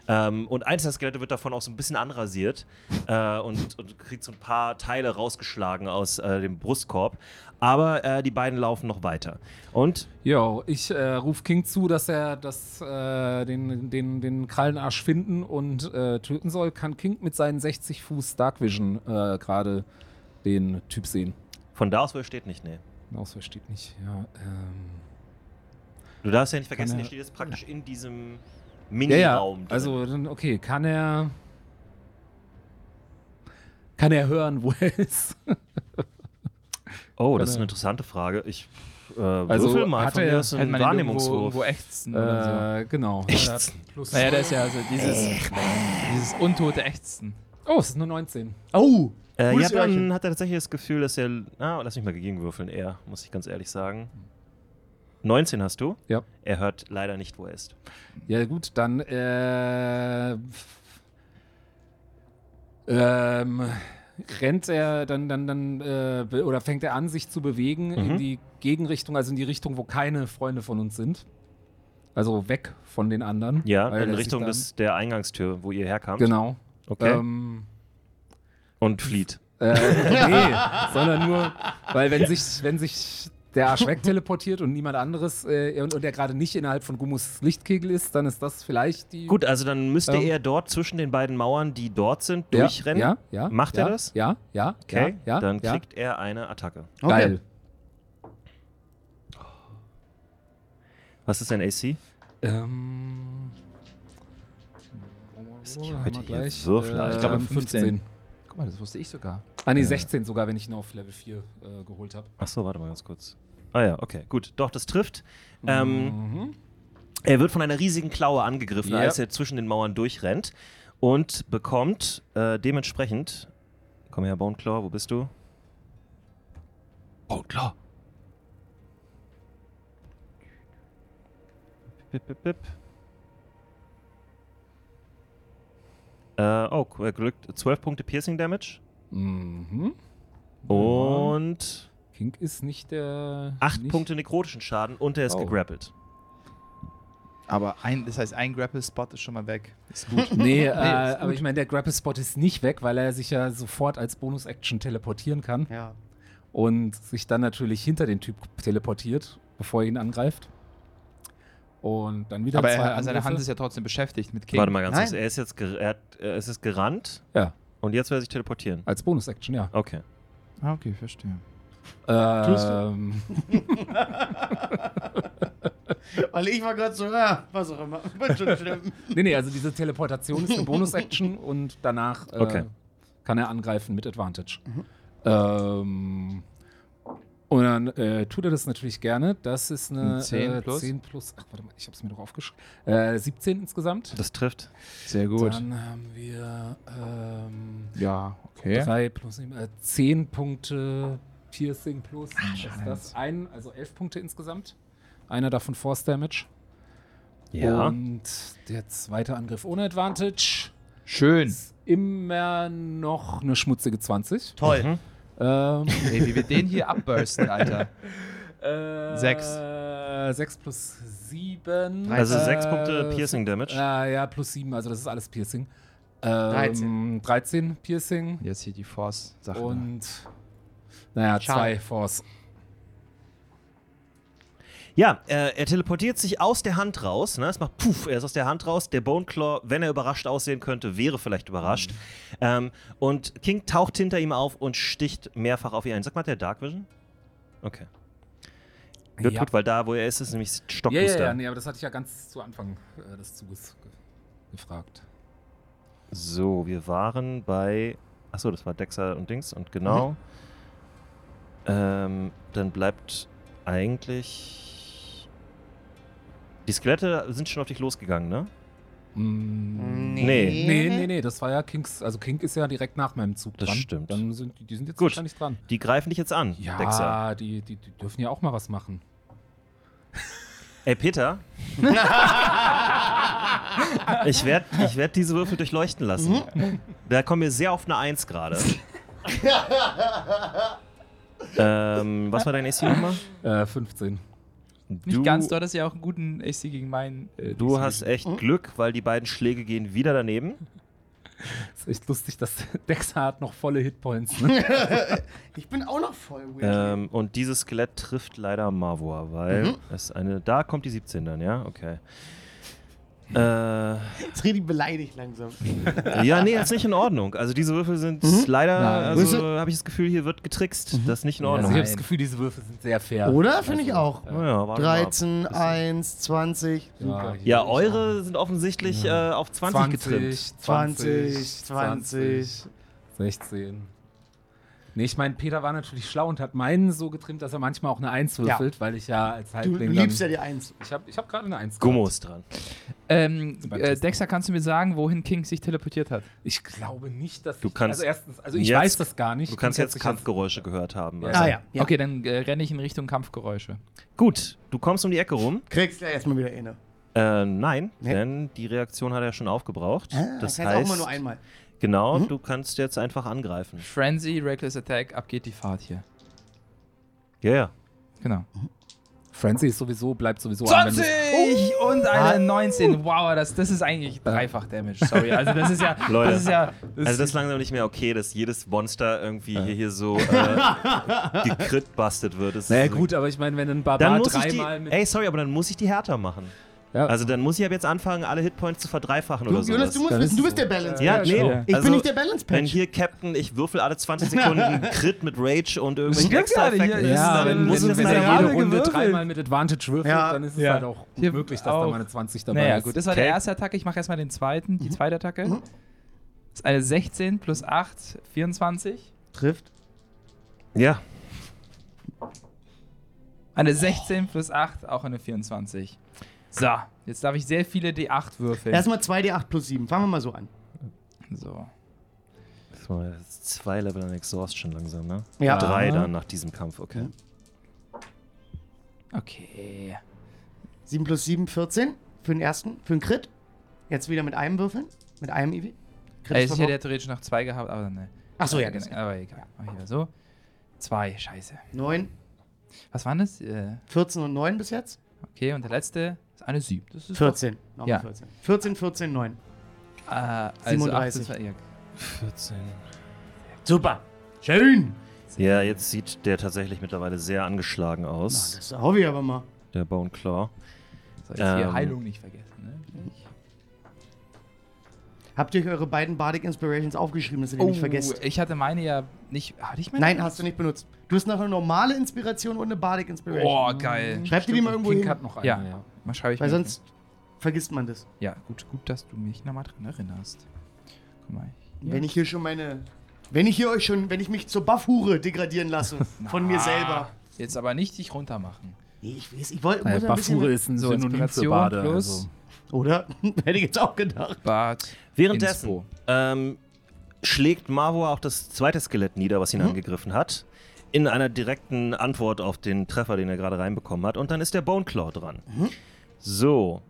S1: Ähm, und eins der Skelette wird davon auch so ein bisschen anrasiert äh, und, und kriegt so ein paar Teile rausgeschlagen aus äh, dem Brustkorb. Aber äh, die beiden laufen noch weiter. Und
S4: Jo, ich äh, rufe King zu, dass er das, äh, den, den, den Krallenarsch finden und äh, töten soll. Kann King mit seinen 60 Fuß Dark Vision äh, gerade den Typ sehen?
S1: von da aus, wo er steht, nicht, nee.
S4: Hinaus versteht nicht, ja. Ähm,
S1: Du darfst ja nicht vergessen,
S4: Kann
S1: er
S4: er-
S1: steht jetzt praktisch in diesem
S4: ja, ja,
S1: Mini-Raum. drin.
S4: also dann, okay, kann er. Kann er hören, wo
S1: [laughs]
S4: er ist?
S1: Oh, das ist
S4: Oder-
S1: eine interessante Frage. Ich äh,
S4: Also
S1: würfel mal
S4: hat
S1: von
S4: er-
S1: mir aus
S3: Hätte
S1: einen
S3: man ihn irgendwo,
S1: Wahrnehmungswurf.
S3: irgendwo ächzen oder
S4: äh, genau.
S1: Echt?
S4: Plus.
S3: so. Naja, das ist ja also dieses, dieses untote Ächzen.
S4: Oh, es ist nur 19.
S2: Oh!
S1: Äh, ja,
S2: Gutes
S1: dann
S2: Öhrchen.
S1: hat er tatsächlich das Gefühl, dass er. Ah, lass mich mal gegenwürfeln, er, muss ich ganz ehrlich sagen. 19 hast du?
S4: Ja.
S1: Er hört leider nicht, wo er ist.
S4: Ja, gut, dann. Äh, ähm, rennt er dann, dann, dann äh, be- oder fängt er an, sich zu bewegen
S1: Mhm.
S4: in die Gegenrichtung, also in die Richtung, wo keine Freunde von uns sind. Also weg von den anderen.
S1: Ja,
S4: weil
S1: in
S4: er sich
S1: Richtung
S4: dann-
S1: des, der Eingangstür, wo ihr herkamt.
S4: Genau.
S1: Okay.
S4: Ähm,
S1: Und flieht.
S4: äh, [laughs] nee, sondern nur, weil wenn sich, wenn sich der Arsch wegteleportiert und niemand anderes äh, und, und er gerade nicht innerhalb von Gumus Lichtkegel ist, dann ist das vielleicht die.
S1: Gut, also dann müsste
S4: Ähm.
S1: er dort zwischen den beiden Mauern, die dort sind,
S4: Ja,
S1: durchrennen.
S4: Ja, ja.
S1: Macht
S4: ja,
S1: er das?
S4: Ja, ja.
S1: Okay,
S4: ja, ja,
S1: dann
S4: ja.
S1: kriegt er eine Attacke.
S2: Okay.
S4: Geil.
S1: Was ist denn AC?
S4: Ähm.
S1: Ist nicht heute
S4: Haben wir
S1: hier
S4: gleich. äh,
S1: Würfler, ich glaube,
S3: 15. Guck mal, das wusste ich sogar.
S4: Ah, nee,
S1: Ja.
S4: 16 sogar, wenn ich ihn auf Level 4 äh, geholt habe.
S1: Achso, warte mal ganz kurz. Ah ja, okay, gut. Doch, das trifft. Ähm,
S4: Mhm.
S1: Er wird von einer riesigen Klaue angegriffen,
S4: Ja.
S1: als er zwischen den Mauern durchrennt und bekommt äh, dementsprechend. Komm her, Boneclaw, wo bist du?
S4: Oh, klar.
S1: Bip, bip, bip. Äh, oh, cool, Glück. 12 Punkte Piercing Damage
S4: Mhm.
S1: und
S4: King ist nicht der.
S1: 8
S4: nicht
S1: Punkte nekrotischen Schaden und er ist
S4: Oh.
S1: gegrappelt.
S3: Aber ein, das heißt, ein Grapple-Spot ist schon mal weg. Ist gut.
S4: Nee, äh,
S3: ist
S4: aber ich meine, der Grapple-Spot ist nicht weg, weil er sich ja sofort als Bonus-Action teleportieren kann
S2: Ja.
S4: und sich dann natürlich hinter den Typ teleportiert, bevor er ihn angreift. Und dann wieder
S3: Aber
S4: zwei
S3: er, also seine
S4: Angriffe.
S3: Hand ist ja trotzdem beschäftigt mit King.
S1: Warte mal ganz
S2: Nein.
S1: kurz. Er ist jetzt ger er hat, äh, es ist gerannt
S4: Ja,
S1: und jetzt will er sich teleportieren.
S4: als Bonus-Action, ja.
S1: Okay.
S3: Ah, okay, verstehe.
S2: Tust
S4: Ähm,
S2: Weil ich war gerade so, ja, was auch immer. Wird schon schlimm.
S4: nee, nee, also diese Teleportation ist eine Bonus-Action und danach äh,
S1: Okay.
S4: kann er angreifen mit Advantage. Ähm, und dann äh, tut er das natürlich gerne. Das ist eine
S3: Ein 10
S4: äh,
S3: plus?
S4: 10 plus. Ach, warte mal, ich habe es mir doch aufgeschrieben. Äh, 17 insgesamt.
S1: Das trifft.
S3: Sehr gut.
S4: Dann haben wir ähm,
S3: ja, okay.
S4: 3 plus äh, 10 Punkte Piercing plus.
S3: Ah,
S4: ist das ein, also 11 Punkte insgesamt. Einer davon Force Damage. Und der zweite Angriff ohne Advantage.
S3: Schön.
S4: Ist immer noch eine schmutzige 20.
S2: Toll.
S1: Mhm.
S4: Ähm,
S3: Ey, wie wir den hier abbursten, Alter.
S4: äh,
S3: Sechs.
S4: 6 plus 7.
S1: Also 6 Punkte Piercing Damage.
S4: Äh, ja, plus 7, also das ist alles Piercing.
S2: 13.
S4: Ähm, 13 Piercing.
S3: Jetzt hier die Force-Sache.
S4: Und naja,
S2: Schade.
S4: zwei Force.
S1: Ja, äh, er teleportiert sich aus der Hand raus. Ne? Es macht puff, er ist aus der Hand raus. Der Boneclaw, wenn er überrascht aussehen könnte, wäre vielleicht überrascht. Ähm, und King taucht hinter ihm auf und sticht mehrfach auf ihn ein. Sag mal, hat der Dark Vision? Okay. Wird
S4: Ja.
S1: gut, weil da, wo er ist, ist nämlich
S4: Ja, ja,
S1: Stockmuster.
S4: ja, nee, aber das hatte ich ja ganz zu Anfang äh, des Zuges ge gefragt.
S1: So, wir waren bei. Achso, das war Dexter und Dings und genau.
S4: Mhm.
S1: Ähm, dann bleibt eigentlich. Die Skelette sind schon auf dich losgegangen, ne?
S4: Mm,
S1: Nee.
S4: nee, nee, nee, das war ja Kings, also King ist ja direkt nach meinem Zug
S1: Das
S4: dran.
S1: stimmt.
S4: Dann sind die, die sind jetzt
S1: Gut.
S4: wahrscheinlich dran.
S1: Die greifen dich jetzt an, Dexter.
S4: Ja, die, die, die dürfen ja auch mal was machen.
S1: Ey, Peter. ich werde ich werd diese Würfel durchleuchten lassen. Da kommen wir sehr auf eine Eins gerade. ähm, was war dein nächste Nummer?
S4: Äh, 15.
S3: Nicht
S1: Du-
S3: ganz, du hattest ja auch einen guten AC gegen meinen. Äh,
S1: Du
S3: DC.
S1: hast echt Glück, weil die beiden Schläge gehen wieder daneben.
S4: Ist echt lustig, dass [laughs] Dexter hat noch volle Hitpoints.
S1: [laughs]
S4: Ne?
S2: Ich bin auch noch voll weird.
S1: Ähm, und dieses Skelett trifft leider Mavor, weil es eine. Da kommt die 17 dann, ja? Okay. Äh,
S2: Jetzt rede ich beleidigt langsam.
S1: ja, nee, das ist nicht in Ordnung. Also diese Würfel sind leider,
S4: Nein.
S1: also
S2: Grüße.
S1: habe ich das Gefühl, hier wird getrickst. Das ist nicht in
S4: Also
S1: Ordnung.
S4: ich habe das Gefühl, diese Würfel sind sehr fair.
S2: Oder? Finde ich auch.
S1: Naja, äh, warte mal ab.
S2: 13, 1, 20,
S4: Ja,
S2: super.
S4: hier-
S1: Ja, eure sind offensichtlich äh, auf 20, getrimmt.
S2: 20, 20.
S4: 16. Nee, ich meine, Peter war natürlich schlau und hat meinen so getrimmt, dass er manchmal auch eine 1 würfelt, weil ich ja als
S2: Du
S4: Halbling
S2: liebst ja
S4: dann,
S2: die 1.
S4: Ich habe ich hab gerade eine 1
S1: Gummo ist dran.
S3: Ähm,
S4: Beim
S3: äh,
S4: Testen.
S3: Dexter, kannst du mir sagen, wohin King sich teleportiert hat?
S4: Ich glaube nicht, dass
S1: Du
S4: ich,
S1: kannst
S4: also erstens, also ich
S1: jetzt-
S4: weiß das gar nicht.
S1: Du kannst
S4: Ich
S1: jetzt
S4: hab sich
S1: Kampfgeräusche gehört haben.
S4: Ja.
S1: also.
S2: Ah ja. ja.
S3: Okay, dann äh, renne ich in Richtung Kampfgeräusche.
S1: Gut, du kommst um die Ecke rum.
S2: Kriegst ja erstmal wieder inne.
S1: Äh, nein,
S2: Nee.
S1: denn die Reaktion hat er schon aufgebraucht. das
S2: kannst
S1: heißt,
S2: auch mal nur einmal.
S1: genau, du kannst jetzt einfach angreifen.
S3: Frenzy, Reckless Attack, ab geht die Fahrt hier.
S1: Ja, ja.
S3: Genau.
S4: Francie ist sowieso, bleibt sowieso an, wenn
S3: Oh. und eine 19. Wow, das, das ist eigentlich dreifach Damage. Sorry, also das ist ja.
S1: [laughs] Leute.
S3: Das ist ja das
S1: Also das ist langsam nicht mehr okay, dass jedes Monster irgendwie hier, hier so äh, gekrit-bustet wird. Das ist
S4: Naja
S1: so-
S4: gut, aber ich meine, wenn ein Barbar
S1: Dann muss ich die,
S4: dreimal mit...
S1: ey, sorry, aber dann muss ich die härter machen.
S4: Ja.
S1: Also dann muss ich ab jetzt anfangen, alle Hitpoints zu verdreifachen
S2: Du,
S1: oder so.
S2: Jonas, du musst
S4: Dann
S2: wissen,
S4: ist
S2: du
S4: es
S2: bist der Balance.
S1: Ja,
S3: Ja,
S1: nee.
S3: schon.
S2: Ich
S1: also,
S2: bin nicht der Balance
S1: Wenn
S2: Patch.
S1: hier Captain, ich würfel alle 20 Sekunden
S2: [laughs]
S1: einen Crit mit Rage und irgendwelchen
S3: Stimmt
S1: extra
S3: gerade, hier
S1: Effekten,
S3: ist-
S4: Ja,
S1: dann
S3: wenn-
S1: muss
S3: wenn-
S1: das
S3: wenn
S1: leider
S3: er
S1: jede
S3: gerade
S1: Runde.
S3: gewürfelt.
S4: dreimal mit Advantage würfelt,
S2: Ja.
S4: dann ist es
S3: Ja.
S4: halt auch
S3: Hier
S4: möglich, dass da
S3: auch.
S4: mal eine 20 dabei
S3: Naja,
S4: ist.
S3: gut, das war
S1: Okay.
S3: der erste Attacke. Ich mache erstmal den zweiten,
S2: Mhm.
S3: die zweite Attacke. Das ist eine 16 plus 8, 24.
S2: Trifft.
S1: Ja,
S2: Oh.
S3: Eine 16 plus 8, auch eine 24. So, jetzt darf ich sehr viele D8 würfeln.
S2: Erstmal 2d8 plus 7. Fangen wir mal so an.
S3: so.
S1: das war jetzt zwei Level an Exhaustion langsam, ne?
S2: Ja.
S1: Drei dann nach diesem Kampf, okay.
S3: Okay.
S2: 7 plus 7, 14. Für den ersten, für den Crit. Jetzt wieder mit einem Würfeln. Mit einem Eevee. Crit
S3: Ey,
S2: ist
S3: Also, ich hätte ja
S2: verbraucht.
S3: theoretisch noch zwei gehabt, aber ne.
S2: Ach so, ja,
S3: genau.
S2: das-
S3: Aber egal. Mach ich wieder so. Zwei, scheiße.
S2: 9,
S3: Was waren das? Äh,
S2: 14 und 9 bis jetzt.
S3: Okay, und der letzte ist eine 7. Das ist
S2: 14. Nochmal
S3: Ja.
S2: 14. 14, 14, 9.
S3: Doch, äh, also
S2: 37.
S3: 28, ja.
S1: 14.
S2: Super. Schön.
S1: Ja, jetzt sieht der tatsächlich mittlerweile sehr angeschlagen
S2: Na,
S1: aus,
S2: das hoffe ich aber mal.
S1: der Bone Claw.
S3: So, jetzt hier
S1: Ähm.
S3: Heilung nicht vergessen. Ne?
S2: Habt ihr euch eure beiden Bardic Inspirations aufgeschrieben, dass ihr die nicht vergesst?
S3: Oh, Ich hatte meine ja nicht. Hatte ich meine?
S2: Nein, hast du nicht benutzt. Du hast noch eine normale Inspiration und eine Bardic Inspiration.
S3: Boah, Oh, geil.
S2: Schreib dir die mal irgendwo
S4: King
S2: hin,
S4: hat noch eine,
S3: Ja.
S4: ja.
S3: Mal schreibe ich
S2: Hm. weil
S3: mir-
S2: sonst vergisst man das.
S3: Ja, gut, gut, dass du mich nochmal dran erinnerst. Guck mal. hier.
S2: Wenn ich hier schon meine. Wenn ich hier euch schon, wenn ich mich zur Buffhure degradieren [laughs] lasse. von mir
S3: Ah,
S2: selber.
S3: Jetzt aber nicht dich runter machen.
S2: Nee, ich weiß, ich wollte.
S4: Naja,
S2: muss ein bisschen-
S4: Bafure ist ein
S3: So,
S4: Synonym für
S3: Inspiration
S4: Bade.
S3: plus-
S4: Also.
S2: Oder? [laughs] Hätte ich jetzt auch gedacht.
S3: Bart.
S1: Währenddessen
S3: Inspo.
S1: ähm, schlägt Marvor auch das zweite Skelett nieder, was ihn
S3: Mhm.
S1: angegriffen hat, in einer direkten Antwort auf den Treffer, den er gerade reinbekommen hat. Und dann ist der Boneclaw dran.
S3: Mhm.
S1: So.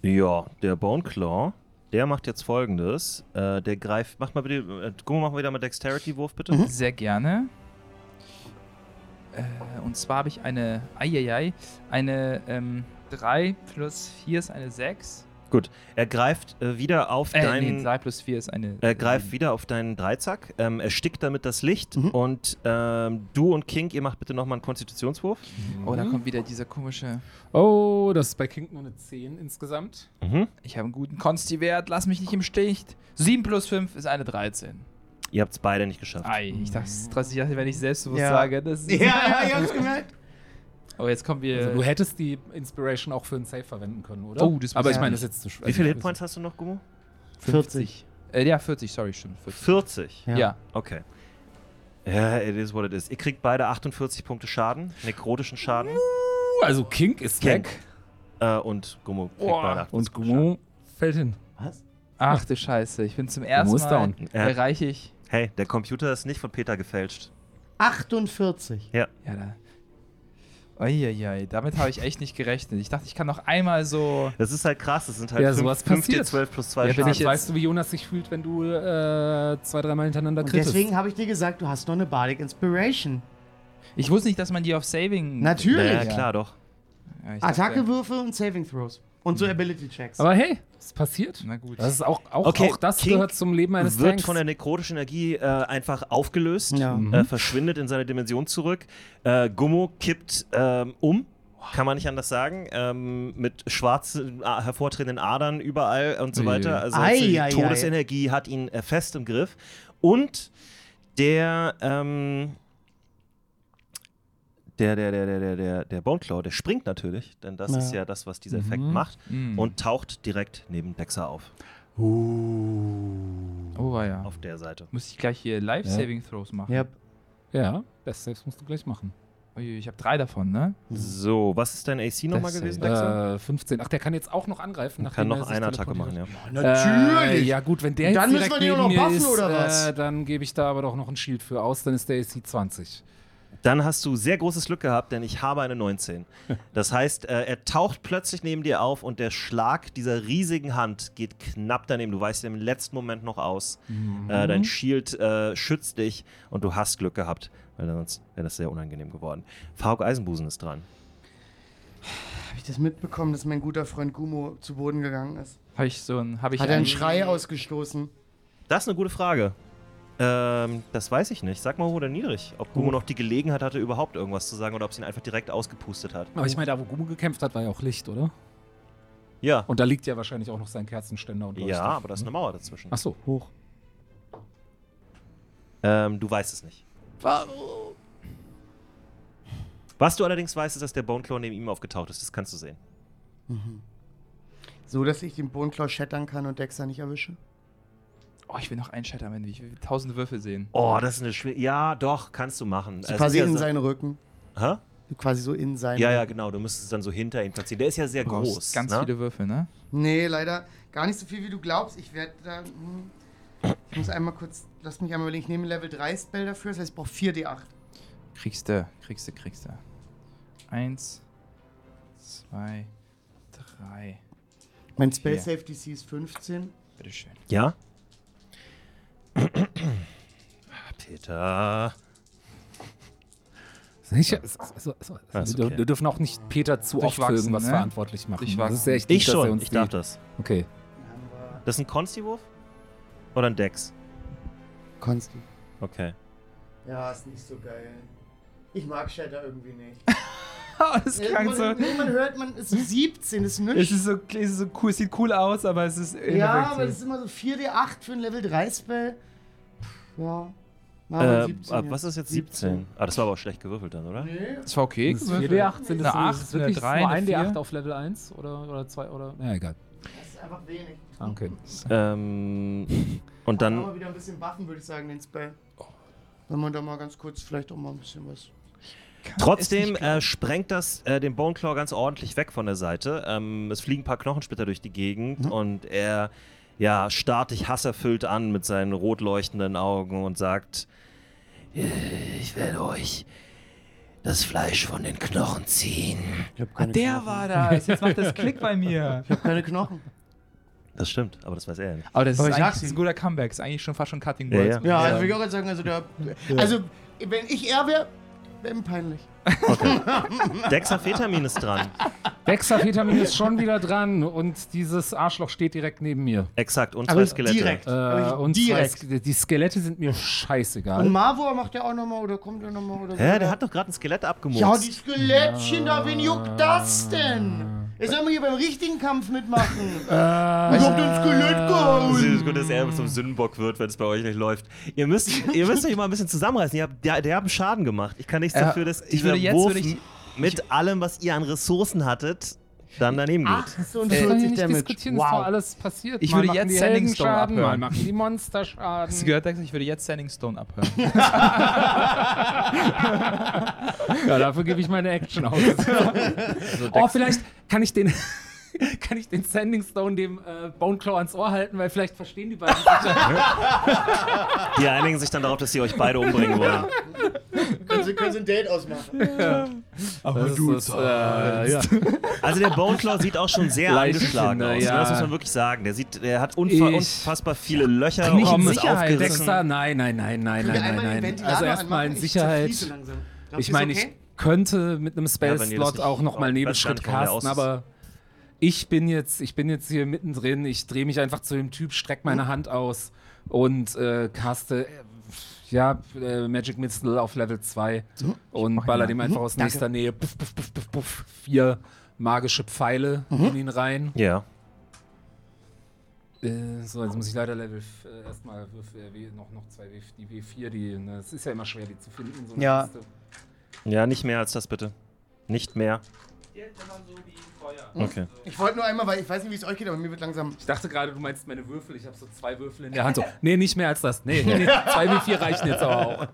S1: Ja, der Boneclaw, der macht jetzt folgendes. Äh, der greift, mach mal bitte, äh, Gummo, mach mal wieder mal Dexterity-Wurf bitte.
S3: Sehr gerne. Äh, und zwar habe ich eine. Eieiei. Eine ähm, 3 plus 4 ist eine 6.
S1: Gut, er greift äh, wieder auf
S3: Äh,
S1: deinen...
S3: nee, 3 plus 4 ist eine.
S2: Äh,
S1: Er greift
S3: sieben.
S1: Äh, wieder auf deinen Dreizack, ähm, erstickt damit das Licht
S4: Mhm.
S1: und ähm, du und King, ihr macht bitte nochmal einen Konstitutionswurf.
S3: Oh,
S2: hm?
S3: da kommt wieder dieser komische.
S4: Oh, das ist bei King nur eine 10 insgesamt.
S3: Ich habe einen guten Konsti-Wert, lass mich nicht im Stich. 7 plus 5 ist eine 13.
S1: Ihr habt es beide nicht geschafft.
S3: Ei, ich dachte, ich dachte, wenn ich selbstbewusst
S2: Ja.
S3: sage, das ist.
S2: Ja, ja, ich hab's gemerkt.
S3: Oh, jetzt kommen wir.
S4: Also, du hättest die Inspiration auch für einen Save verwenden können, oder?
S3: Oh, das muss
S4: Aber also ich
S3: ja
S4: meine, das
S3: nicht.
S4: ist jetzt zu schwer.
S1: Wie viele Hitpoints hast du noch, Gummo?
S2: 40.
S3: äh, ja, 40, sorry, stimmt. 40.
S1: 40.
S3: Ja.
S1: Okay. Ja, it is what it is. Ihr kriegt beide 48 Punkte Schaden, nekrotischen Schaden.
S4: Uh, also King ist
S1: Kink.
S4: weg.
S1: Äh, und Gummo kriegt
S3: Boah.
S1: beide 48
S4: Und
S1: Punkte Schaden.
S4: Gumo fällt hin.
S2: Was?
S3: Ach du Scheiße, ich bin zum ersten
S4: musst
S3: Mal
S4: down.
S1: Ja.
S3: erreiche ich.
S1: Hey, der Computer ist nicht von Peter gefälscht.
S2: 48.
S3: Ja, da. Uiuiui, damit habe ich echt nicht gerechnet. Ich dachte, ich kann noch einmal so.
S1: Das ist halt krass, das sind halt
S4: Ja,
S1: 5,
S4: sowas
S1: 5
S4: passiert.
S1: D12 plus 2
S3: Ja, bin
S1: Schaden.
S3: ich jetzt-
S4: weißt du, wie Jonas sich fühlt, wenn du äh, zwei, dreimal hintereinander
S2: Und
S4: kriegst?
S2: deswegen habe ich dir gesagt, du hast noch eine Bardic Inspiration.
S3: Ich wusste nicht, dass man die auf Saving.
S2: Natürlich.
S1: naja,
S3: Ja.
S1: klar doch.
S3: Ja, ich dachte-
S2: Attackewürfe und Saving Throws. Und so Ability Checks.
S4: Hm. Aber hey, es passiert.
S3: Na gut.
S4: Das ist auch, auch,
S1: Okay,
S4: auch das
S1: King
S4: gehört zum Leben eines
S1: wird
S4: Tanks.
S1: von der nekrotischen Energie äh, einfach aufgelöst,
S2: Ja. Mhm.
S1: äh, verschwindet in seine Dimension zurück. Äh, Gummo kippt ähm, um, kann man nicht anders sagen, ähm, mit schwarzen, äh, hervortretenden Adern überall und so
S4: Ui.
S1: weiter. Also
S2: Ei,
S1: die
S2: ei, ei.
S1: Todesenergie hat ihn äh, fest im Griff. Und der, ähm, der, der, der, der, der, der, der Boneclaw, der springt natürlich, denn das
S2: Ja.
S1: ist ja das, was dieser Effekt
S2: Mhm.
S1: macht, und taucht direkt neben Dexa auf,
S3: oh, war ja.
S1: auf der Seite.
S3: Muss ich gleich hier Life-Saving-Throws machen?
S2: Yep.
S4: ja, das selbst musst du gleich machen.
S3: Uiuiui, ich habe drei davon, ne?
S1: So, was ist dein AC nochmal
S3: Das
S1: gewesen,
S3: ist-
S1: Dexter?
S4: Äh, 15. Ach, der kann jetzt auch noch angreifen.
S1: Kann
S4: nachdem er
S1: noch
S4: sich
S1: eine Attacke
S4: teleportiert
S1: machen, ja.
S4: Äh,
S2: Natürlich.
S4: ja gut, wenn der
S2: Dann
S4: jetzt
S2: müssen wir
S4: direkt
S2: den
S4: neben
S2: auch noch
S4: mir
S2: buffen,
S4: ist,
S2: oder was?
S4: Äh, dann gebe ich da aber doch noch ein Shield für aus, dann ist der AC 20.
S1: Dann hast du sehr großes Glück gehabt, denn ich habe eine
S4: [laughs]
S1: 19. Das heißt, äh, er taucht plötzlich neben dir auf und der Schlag dieser riesigen Hand geht knapp daneben. Du weißt ihn im letzten Moment noch aus.
S4: Mhm.
S1: Äh, dein Shield äh, schützt dich und du hast Glück gehabt, weil sonst wäre das sehr unangenehm geworden. Faruk Eisenbusen ist dran.
S2: Habe ich das mitbekommen, dass mein guter Freund Gumo zu Boden gegangen ist?
S3: Habe ich so ein. Hab ich
S2: Hat er einen Schrei ausgestoßen?
S1: Das ist eine gute Frage. Ähm, das weiß ich nicht. Sag mal hoch oder niedrig, ob Gumo noch die Gelegenheit hatte, überhaupt irgendwas zu sagen oder ob es ihn einfach direkt ausgepustet hat.
S4: Aber ich meine, da wo Gumu gekämpft hat, war ja auch Licht, oder?
S1: Ja.
S4: Und da liegt ja wahrscheinlich auch noch sein Kerzenständer und
S1: Ja,
S4: Leuchtstoff,
S1: aber da ist
S4: ne?
S1: eine Mauer dazwischen.
S4: Ach so, hoch.
S1: Ähm, du weißt es nicht. Was du allerdings weißt, ist, dass der Boneclaw neben ihm aufgetaucht ist. Das kannst du sehen.
S2: So, dass ich den Bodenclaw schettern kann und Dexter nicht erwische?
S3: Oh, ich will noch einen Shatter am Ende. Ich will tausend Würfel sehen.
S1: Oh, das ist eine schwierige. Ja, doch, kannst du machen.
S2: So
S1: Es
S2: quasi
S1: ist ja
S2: in
S1: so-
S2: seinen Rücken.
S1: Hä?
S2: Quasi so in seinen
S1: Ja, ja, genau. Du müsstest es dann so hinter ihm platzieren. Der ist ja sehr
S3: Du brauchst
S1: groß.
S3: Ganz
S1: ne?
S3: viele Würfel, ne?
S2: Nee, leider gar nicht so viel, wie du glaubst. Ich werde da. hm. Ich muss einmal kurz. Lass mich einmal überlegen. Ich nehme ein Level 3 Spell dafür. Das heißt, ich brauche 4d8.
S3: Kriegst du, kriegst du, kriegst du. Eins, zwei, drei.
S2: Mein Spell
S3: Vier.
S2: Save DC ist 15.
S3: Bitteschön.
S1: Ja? Peter.
S4: Sicher, so, so, so.
S1: Das ist
S4: Wir-
S1: okay.
S4: Wir dürfen auch nicht Peter zu oft für
S3: Durchwachsen,
S4: irgendwas
S3: ne?
S4: verantwortlich machen.
S3: Durchwachsen.
S4: Das ist ja echt
S1: Ich
S4: lieb, dass er
S1: schon.
S4: uns
S1: Ich darf
S4: die-
S1: das.
S2: [laughs]
S4: Okay.
S1: Das ist ein Consti-Wurf? Oder ein Dex?
S2: Konst du.
S1: Okay.
S2: Ja, ist nicht so geil. Ich mag Shatter irgendwie nicht. Äh,
S3: Oh, das klang so.
S2: man, nee, man hört, man ist 17, ist
S3: Es
S2: nüchtern.
S3: ist so, es ist so cool, es sieht cool aus, aber es ist. in
S2: Ja,
S3: effect
S2: aber
S3: so.
S2: das ist immer so 4d8 für ein Level 3 Spell. Ja. Na, aber
S1: Äh,
S2: 17
S1: ab-
S2: jetzt.
S1: was ist jetzt 17? Ah, das war aber auch schlecht gewürfelt dann, oder?
S2: Nee.
S3: Das war okay.
S4: Das ist
S3: gewürfelt.
S4: 4D8, sind das
S3: Eine
S4: so-
S3: acht,
S4: ist wirklich
S3: eine drei,
S4: nur
S3: eine
S4: ein D8
S3: vier?
S4: auf Level 1 oder, oder 2 oder. Ja, egal.
S2: Das ist einfach wenig.
S4: Ah, okay.
S1: Ähm, und
S2: Dann
S1: dann
S2: mal wieder ein bisschen buffen, würde ich sagen, den Spell. Oh. Wenn man da mal ganz kurz vielleicht auch mal ein bisschen was.
S1: Trotzdem äh, sprengt das äh, den Boneclaw ganz ordentlich weg von der Seite. Ähm, es fliegen ein paar Knochensplitter durch die Gegend
S2: Mhm.
S1: und er ja, starrt dich hasserfüllt an mit seinen rot leuchtenden Augen und sagt: Ich werde euch das Fleisch von den Knochen ziehen.
S2: Ich hab
S3: Ah, der war das. Jetzt macht das Klick bei [laughs] mir.
S2: Ich hab keine Knochen.
S1: Das stimmt, aber das weiß er ja nicht.
S3: Aber das ist,
S2: Aber ich
S3: eigentlich,
S2: sag's
S3: das ist ein
S2: ihm.
S3: guter Comeback. Ist eigentlich schon fast schon Cutting
S1: Ja,
S3: Words.
S1: ja.
S3: muss
S2: [laughs]
S3: ich
S2: Ja, also
S3: sagen.
S2: will ich auch jetzt sagen, also der. Also, wenn ich er wäre, wäre ihm peinlich.
S1: Dexamphetamin ist
S2: [laughs]
S1: dran.
S4: Dexavitamin
S3: [laughs]
S4: ist schon wieder dran und dieses Arschloch steht direkt neben mir.
S1: Exakt, und
S2: Aber
S1: zwei Skelette.
S2: direkt.
S4: Äh,
S3: Also
S2: Aber
S4: und
S2: direkt.
S4: zwei Ske- die Skelette sind mir scheißegal.
S3: Oh
S2: Und Marvor macht ja auch nochmal oder kommt ja nochmal oder so.
S1: Hä, der hat doch gerade ein Skelett abgemurkst.
S2: Ja, die Skelettchen da, wen juckt das denn? Jetzt soll man hier beim richtigen Kampf mitmachen. Ich
S4: Äh,
S2: hab den Skelett gehauen.
S1: Es ist gut, dass er zum Sündenbock wird, wenn es bei euch nicht läuft. Ihr müsst, ihr müsst euch mal ein bisschen zusammenreißen. Ihr habt der, der haben Schaden gemacht. Ich kann nichts
S3: Äh,
S1: dafür, dass
S3: ich
S1: dieser
S3: würde jetzt-
S1: Wurf
S3: würde ich-
S1: mit allem, was ihr an Ressourcen hattet, dann daneben
S4: Ah.
S1: geht.
S2: 48 Damage. Wow.
S4: alles passiert.
S3: Ich würde jetzt Sending Stone abhören.
S4: machen die Monsterschaden.
S3: Hast du gehört, Dexter? Ich würde jetzt Sending Stone abhören.
S4: Ja, dafür gebe ich meine Action [laughs] aus. oh, vielleicht kann ich den, [laughs] kann ich den Sending Stone dem äh, Boneclaw ans Ohr halten, weil vielleicht verstehen die beiden sich. [laughs]
S1: Die einigen sich dann darauf, dass sie euch beide umbringen wollen.
S2: [laughs] Können Sie, können Sie ein Date ausmachen?
S4: Aber du ist, äh, ja.
S1: Also der Boneclaw sieht auch schon sehr
S4: Leichen,
S1: angeschlagen
S4: ne,
S1: aus.
S4: ja.
S1: Das muss man wirklich sagen. Der sieht, der hat unfa
S4: Ich-
S1: unfassbar viele Löcher
S4: Nicht
S1: und
S4: in
S1: ist
S4: Sicherheit,
S1: aufgerissen.
S4: Dexter. Nein, nein, nein, nein,
S2: Können wir
S4: nein,
S2: einmal den
S4: nein, nein.
S2: Ventilator
S4: Also erstmal in
S2: anmachen? Ich zerfließe
S4: Sicherheit.
S2: langsam. Glaub,
S4: Ich
S2: ist
S4: meine,
S2: okay?
S4: ich könnte
S1: wenn
S4: mit einem
S1: ihr das
S4: Spell-Slot
S1: nicht
S4: auch nochmal
S1: braucht,
S4: Nebenschritt
S1: weiß gar nicht, warum
S4: casten,
S1: der aus ist.
S4: aber ich bin jetzt, ich bin jetzt hier mittendrin. Ich drehe mich einfach zu dem Typ, streck
S2: Hm.
S4: meine Hand aus und äh, caste, äh, ja, äh, Magic Missile auf Level 2 und baller dem
S2: Mhm,
S4: einfach aus nächster Nähe puff, puff, puff, puff, puff, vier magische Pfeile
S2: Mhm.
S4: in ihn rein.
S1: Ja.
S4: Äh, so, jetzt muss ich leider Level f- äh, erstmal würf- äh, W- noch, noch zwei W, die W4, die, ne, es ist ja immer schwer, die zu finden. So eine
S2: Ja.
S4: Liste.
S1: ja, nicht mehr als das bitte. Nicht mehr. Okay.
S2: Ich wollte nur einmal, weil ich weiß nicht, wie es euch geht, aber mir wird langsam.
S4: Ich dachte gerade, du meinst meine Würfel. Ich habe so zwei Würfel in der Hand. So, nee, nicht mehr als das. Nee, [laughs] nee, nee. zwei wie vier reichen jetzt aber auch.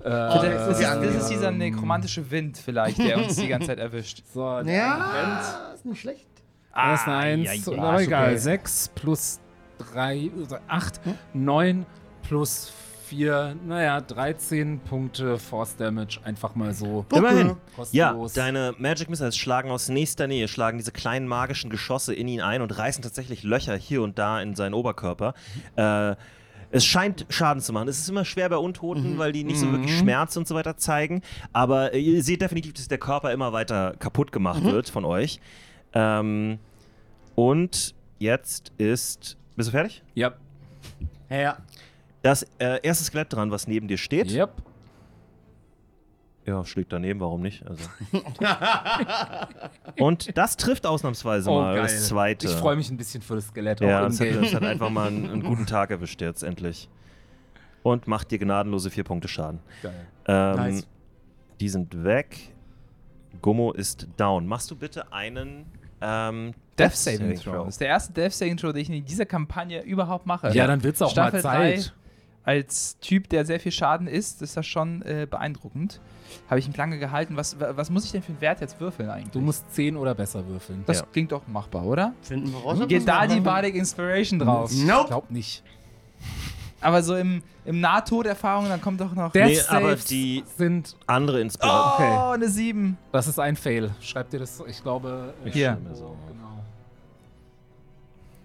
S2: Oh,
S4: Äh,
S3: Das, ist, das ist
S2: angenehm.
S3: dieser nekromantische Wind vielleicht, der uns die ganze Zeit erwischt.
S4: so,
S2: Ja, ist nicht schlecht.
S4: das ist eine Eins.
S1: ja,
S4: und
S1: ja,
S4: aber
S2: ist
S4: egal.
S2: okay.
S4: Sechs plus drei, oder acht, neun plus vier, naja, 13 Punkte Force Damage. Einfach mal so.
S1: Immerhin. Ja,
S4: Kostenlos.
S1: deine Magic Missiles schlagen aus nächster Nähe, schlagen diese kleinen magischen Geschosse in ihn ein und reißen tatsächlich Löcher hier und da in seinen Oberkörper. Äh, es scheint Schaden zu machen. Es ist immer schwer bei Untoten, weil die nicht so wirklich Schmerz und so weiter zeigen. Aber äh, ihr seht definitiv, dass der Körper immer weiter kaputt gemacht wird von euch. Ähm, und jetzt ist. Bist du fertig?
S4: Yep.
S2: Ja, ja.
S1: Das äh, erste Skelett dran, was neben dir steht.
S4: Yep.
S1: Ja, schlägt daneben, warum nicht?
S4: [laughs]
S1: Also. Und das trifft ausnahmsweise
S4: Oh,
S1: mal
S4: geil.
S1: das zweite.
S4: Ich freue mich ein bisschen für das Skelett.
S1: Ja,
S4: auch im
S1: das hat,
S4: Game.
S1: das hat einfach mal einen, einen guten Tag erwischt jetzt endlich. Und macht dir gnadenlose vier Punkte Schaden.
S4: Geil.
S1: Ähm,
S2: Nice.
S1: Die sind weg. Gummo ist down. Machst du bitte einen ähm,
S3: Death Saving Throw. Das ist der erste Death Saving Throw, den ich in dieser Kampagne überhaupt mache.
S4: Ja, dann wird's auch
S3: Staffel
S4: mal Zeit.
S3: drei, als Typ, der sehr viel Schaden ist, ist das schon äh, beeindruckend. Habe ich ihn lange gehalten. Was, wa- was muss ich denn für einen Wert jetzt würfeln eigentlich?
S4: Du musst 10 oder besser würfeln.
S3: das
S1: Ja.
S3: klingt doch machbar, oder?
S2: Finden wir raus. ob
S3: Geht
S2: das
S3: da
S2: machen.
S3: die Bardic Inspiration drauf.
S4: Ich glaub nicht.
S3: Aber so im, im Nahtoderfahrung, dann kommt doch noch.
S4: Death
S1: Nee, aber
S4: Saves
S1: die-
S4: sind.
S1: Andere Inspiration.
S3: oh,
S4: okay.
S3: eine 7.
S4: Das ist ein Fail. Schreibt ihr das? Ich glaube. äh,
S1: Ich
S3: Hier.
S1: schreibe mir so.
S4: Genau.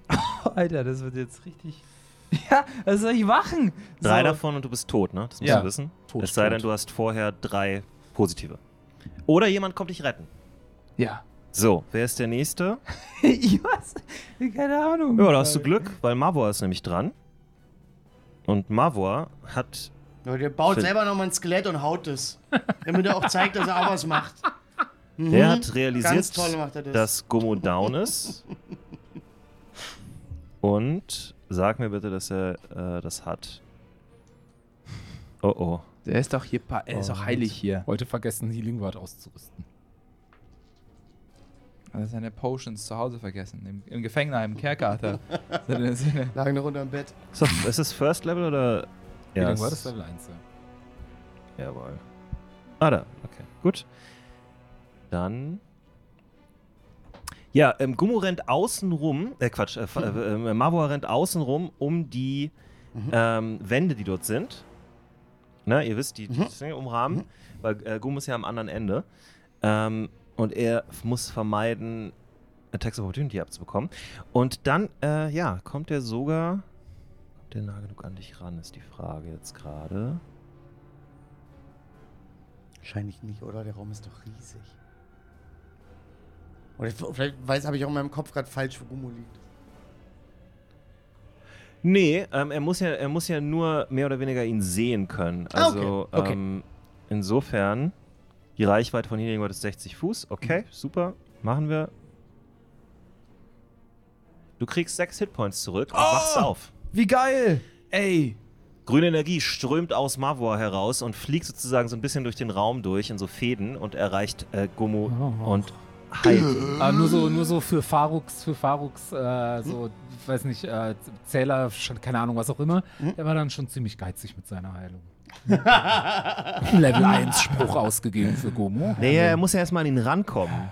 S3: Oh, Alter, das wird jetzt richtig. [laughs] Ja, was soll ich machen?
S1: Drei
S3: So. [laughs]
S1: davon und du bist tot, ne? Das musst
S3: Ja.
S1: du wissen.
S4: Tot,
S1: es sei
S4: tot.
S1: denn, du hast vorher drei positive. Oder jemand kommt dich retten.
S3: Ja.
S1: So, wer ist der Nächste?
S3: Ich weiß- Keine Ahnung.
S1: Ja, da hast
S2: Äh,
S1: du Glück, weil Mavor ist nämlich dran. Und Mavor hat.
S2: Ja, der baut
S1: Find-
S2: selber nochmal ein Skelett und haut es. Damit er auch zeigt, dass er auch was [laughs] macht.
S1: Der hat realisiert,
S2: Mhm. Ganz toll macht er das.
S1: dass Gummo down ist. Und sag mir bitte, dass er äh, das hat. Oh oh.
S3: Der ist doch hier, pa- er ist
S4: Oh,
S3: doch heilig hier.
S4: Heute vergessen, Healing Word auszurüsten.
S3: Hat er seine Potions zu Hause vergessen. Im, im Gefängnis, im Kerker hat er. seine, seine
S2: Lagen noch unter dem Bett.
S1: Ist, das, ist das First Level oder.
S4: Healing
S1: es-
S4: Word ist Level 1. ja.
S1: Jawohl. Ah, da. Okay, gut. Dann. Ja, ähm, Gummo rennt außen rum, äh Quatsch, äh, fa- äh, äh, Mavor rennt außen rum um die ähm, Wände, die dort sind. Na, ihr wisst, die, die Dinge umrahmen, weil äh, Gummo ist ja am anderen Ende. Ähm, und er f- muss vermeiden, Attacks of Opportunity abzubekommen. Und dann, äh, ja, kommt er sogar. Kommt er nah genug an dich ran, ist die Frage jetzt gerade.
S2: Wahrscheinlich nicht, oder? Der Raum ist doch riesig. Oder vielleicht weiß, habe ich auch in meinem Kopf gerade falsch, wo Gummo liegt.
S1: Nee, ähm, er, muss ja, er muss ja nur mehr oder weniger ihn sehen können.
S2: Ah,
S1: Also
S2: okay, okay. Mhm.
S1: Ähm, insofern, die Reichweite von Healing Word ist 60 Fuß. Okay, super. Machen wir. Du kriegst sechs Hitpoints zurück
S2: Oh!
S1: und wachst auf.
S5: Wie geil! Ey!
S1: Grüne Energie strömt aus Mavor heraus und fliegt sozusagen so ein bisschen durch den Raum durch in so Fäden und erreicht äh, Gummo
S4: Oh.
S1: und
S2: Äh.
S1: heilt.
S4: Aber Ah, nur so, nur so für Faruks, für Faruks, äh, so, weiß nicht, äh, Zähler, schon- keine Ahnung, was auch immer.
S1: Hm.
S4: Der war dann schon ziemlich geizig mit seiner Heilung. [laughs] Level 1 Spruch ausgegeben für Gomo.
S1: Nee, er muss ja erstmal an ihn rankommen.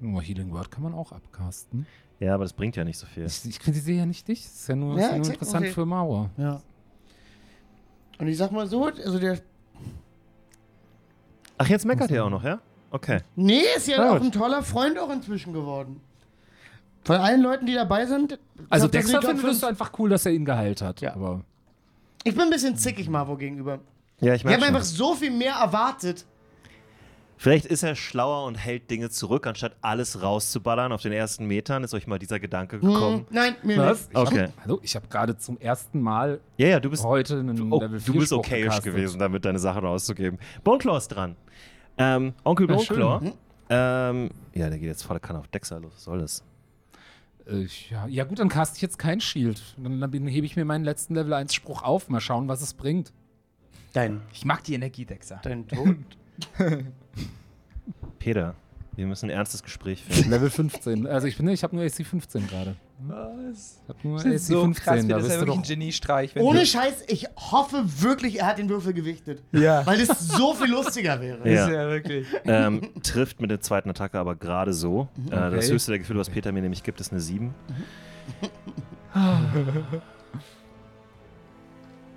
S4: Nur Healing Word kann man auch abcasten.
S1: Ja, aber das bringt ja nicht so viel.
S4: Ich, ich kritisiere ja nicht dich. Das ist ja nur,
S2: Ja,
S4: ist ja nur
S2: exakt,
S4: interessant
S2: okay.
S4: für Mauer.
S2: Ja. Und ich sag mal so, also der.
S1: Ach, jetzt meckert er auch noch, ja? Okay.
S2: Nee, ist ja
S1: Na
S2: auch
S1: gut.
S2: ein toller Freund auch inzwischen geworden. Von allen Leuten, die dabei sind.
S4: Also
S2: ich glaub, das
S4: Dexter
S2: liegt auch
S4: findet
S2: schon-
S4: es einfach cool, dass er ihn geheilt hat.
S2: Ja.
S3: Mhm.
S4: Aber
S2: Ich bin ein bisschen zickig Marvo gegenüber.
S1: Ja, ich
S2: Ich
S1: merke
S2: habe
S1: schon.
S2: Mhm. einfach so viel mehr erwartet.
S1: Vielleicht ist er schlauer und hält Dinge zurück, anstatt alles rauszuballern auf den ersten Metern. Ist euch mal dieser Gedanke gekommen?
S2: Hm, Nein, mir nicht.
S4: was? Mhm. Ich hab-
S1: Okay.
S4: Hallo, ich habe gerade zum ersten Mal
S1: Ja, ja, du bist,
S4: heute einen
S1: oh,
S4: Level 4
S1: du bist
S4: Spruch
S1: okayisch
S4: gecastet.
S1: gewesen, damit deine Sachen rauszugeben. Boneclaw ist dran. Ähm, Onkel
S4: Ja,
S1: Boneclaw. Ähm, ja, der geht jetzt voller Kanne auf Dexter los. Was soll das?
S4: Äh, ja, ja gut, dann caste ich jetzt kein Shield. Dann, dann hebe ich mir meinen letzten Level 1 Spruch auf. Mal schauen, was es bringt.
S2: Dein,
S3: Ich mag die Energie, Dexter.
S2: dein Tod.
S1: Peter, wir müssen ein ernstes Gespräch
S4: [laughs]
S1: führen.
S4: [laughs] Level 15. Also ich bin, ich habe nur AC 15 gerade.
S3: Was?
S4: Ich habe nur
S3: Das
S4: AC
S3: ist so
S4: 15.
S3: krass,
S4: da
S3: das ist ja
S4: bist du
S3: wirklich ein
S4: doch.
S3: Geniestreich. wenn
S2: Ohne
S3: du-
S2: Scheiß, ich hoffe wirklich, er hat den Würfel gewichtet.
S3: [laughs] Ja.
S2: Weil das so viel lustiger wäre.
S3: Das
S1: Ja.
S3: ist ja wirklich.
S1: ähm, trifft mit der zweiten Attacke aber gerade so. Äh, Das
S4: Mhm. Okay. Mhm.
S1: höchste der Gefühle, was Peter mir nämlich gibt, ist eine 7.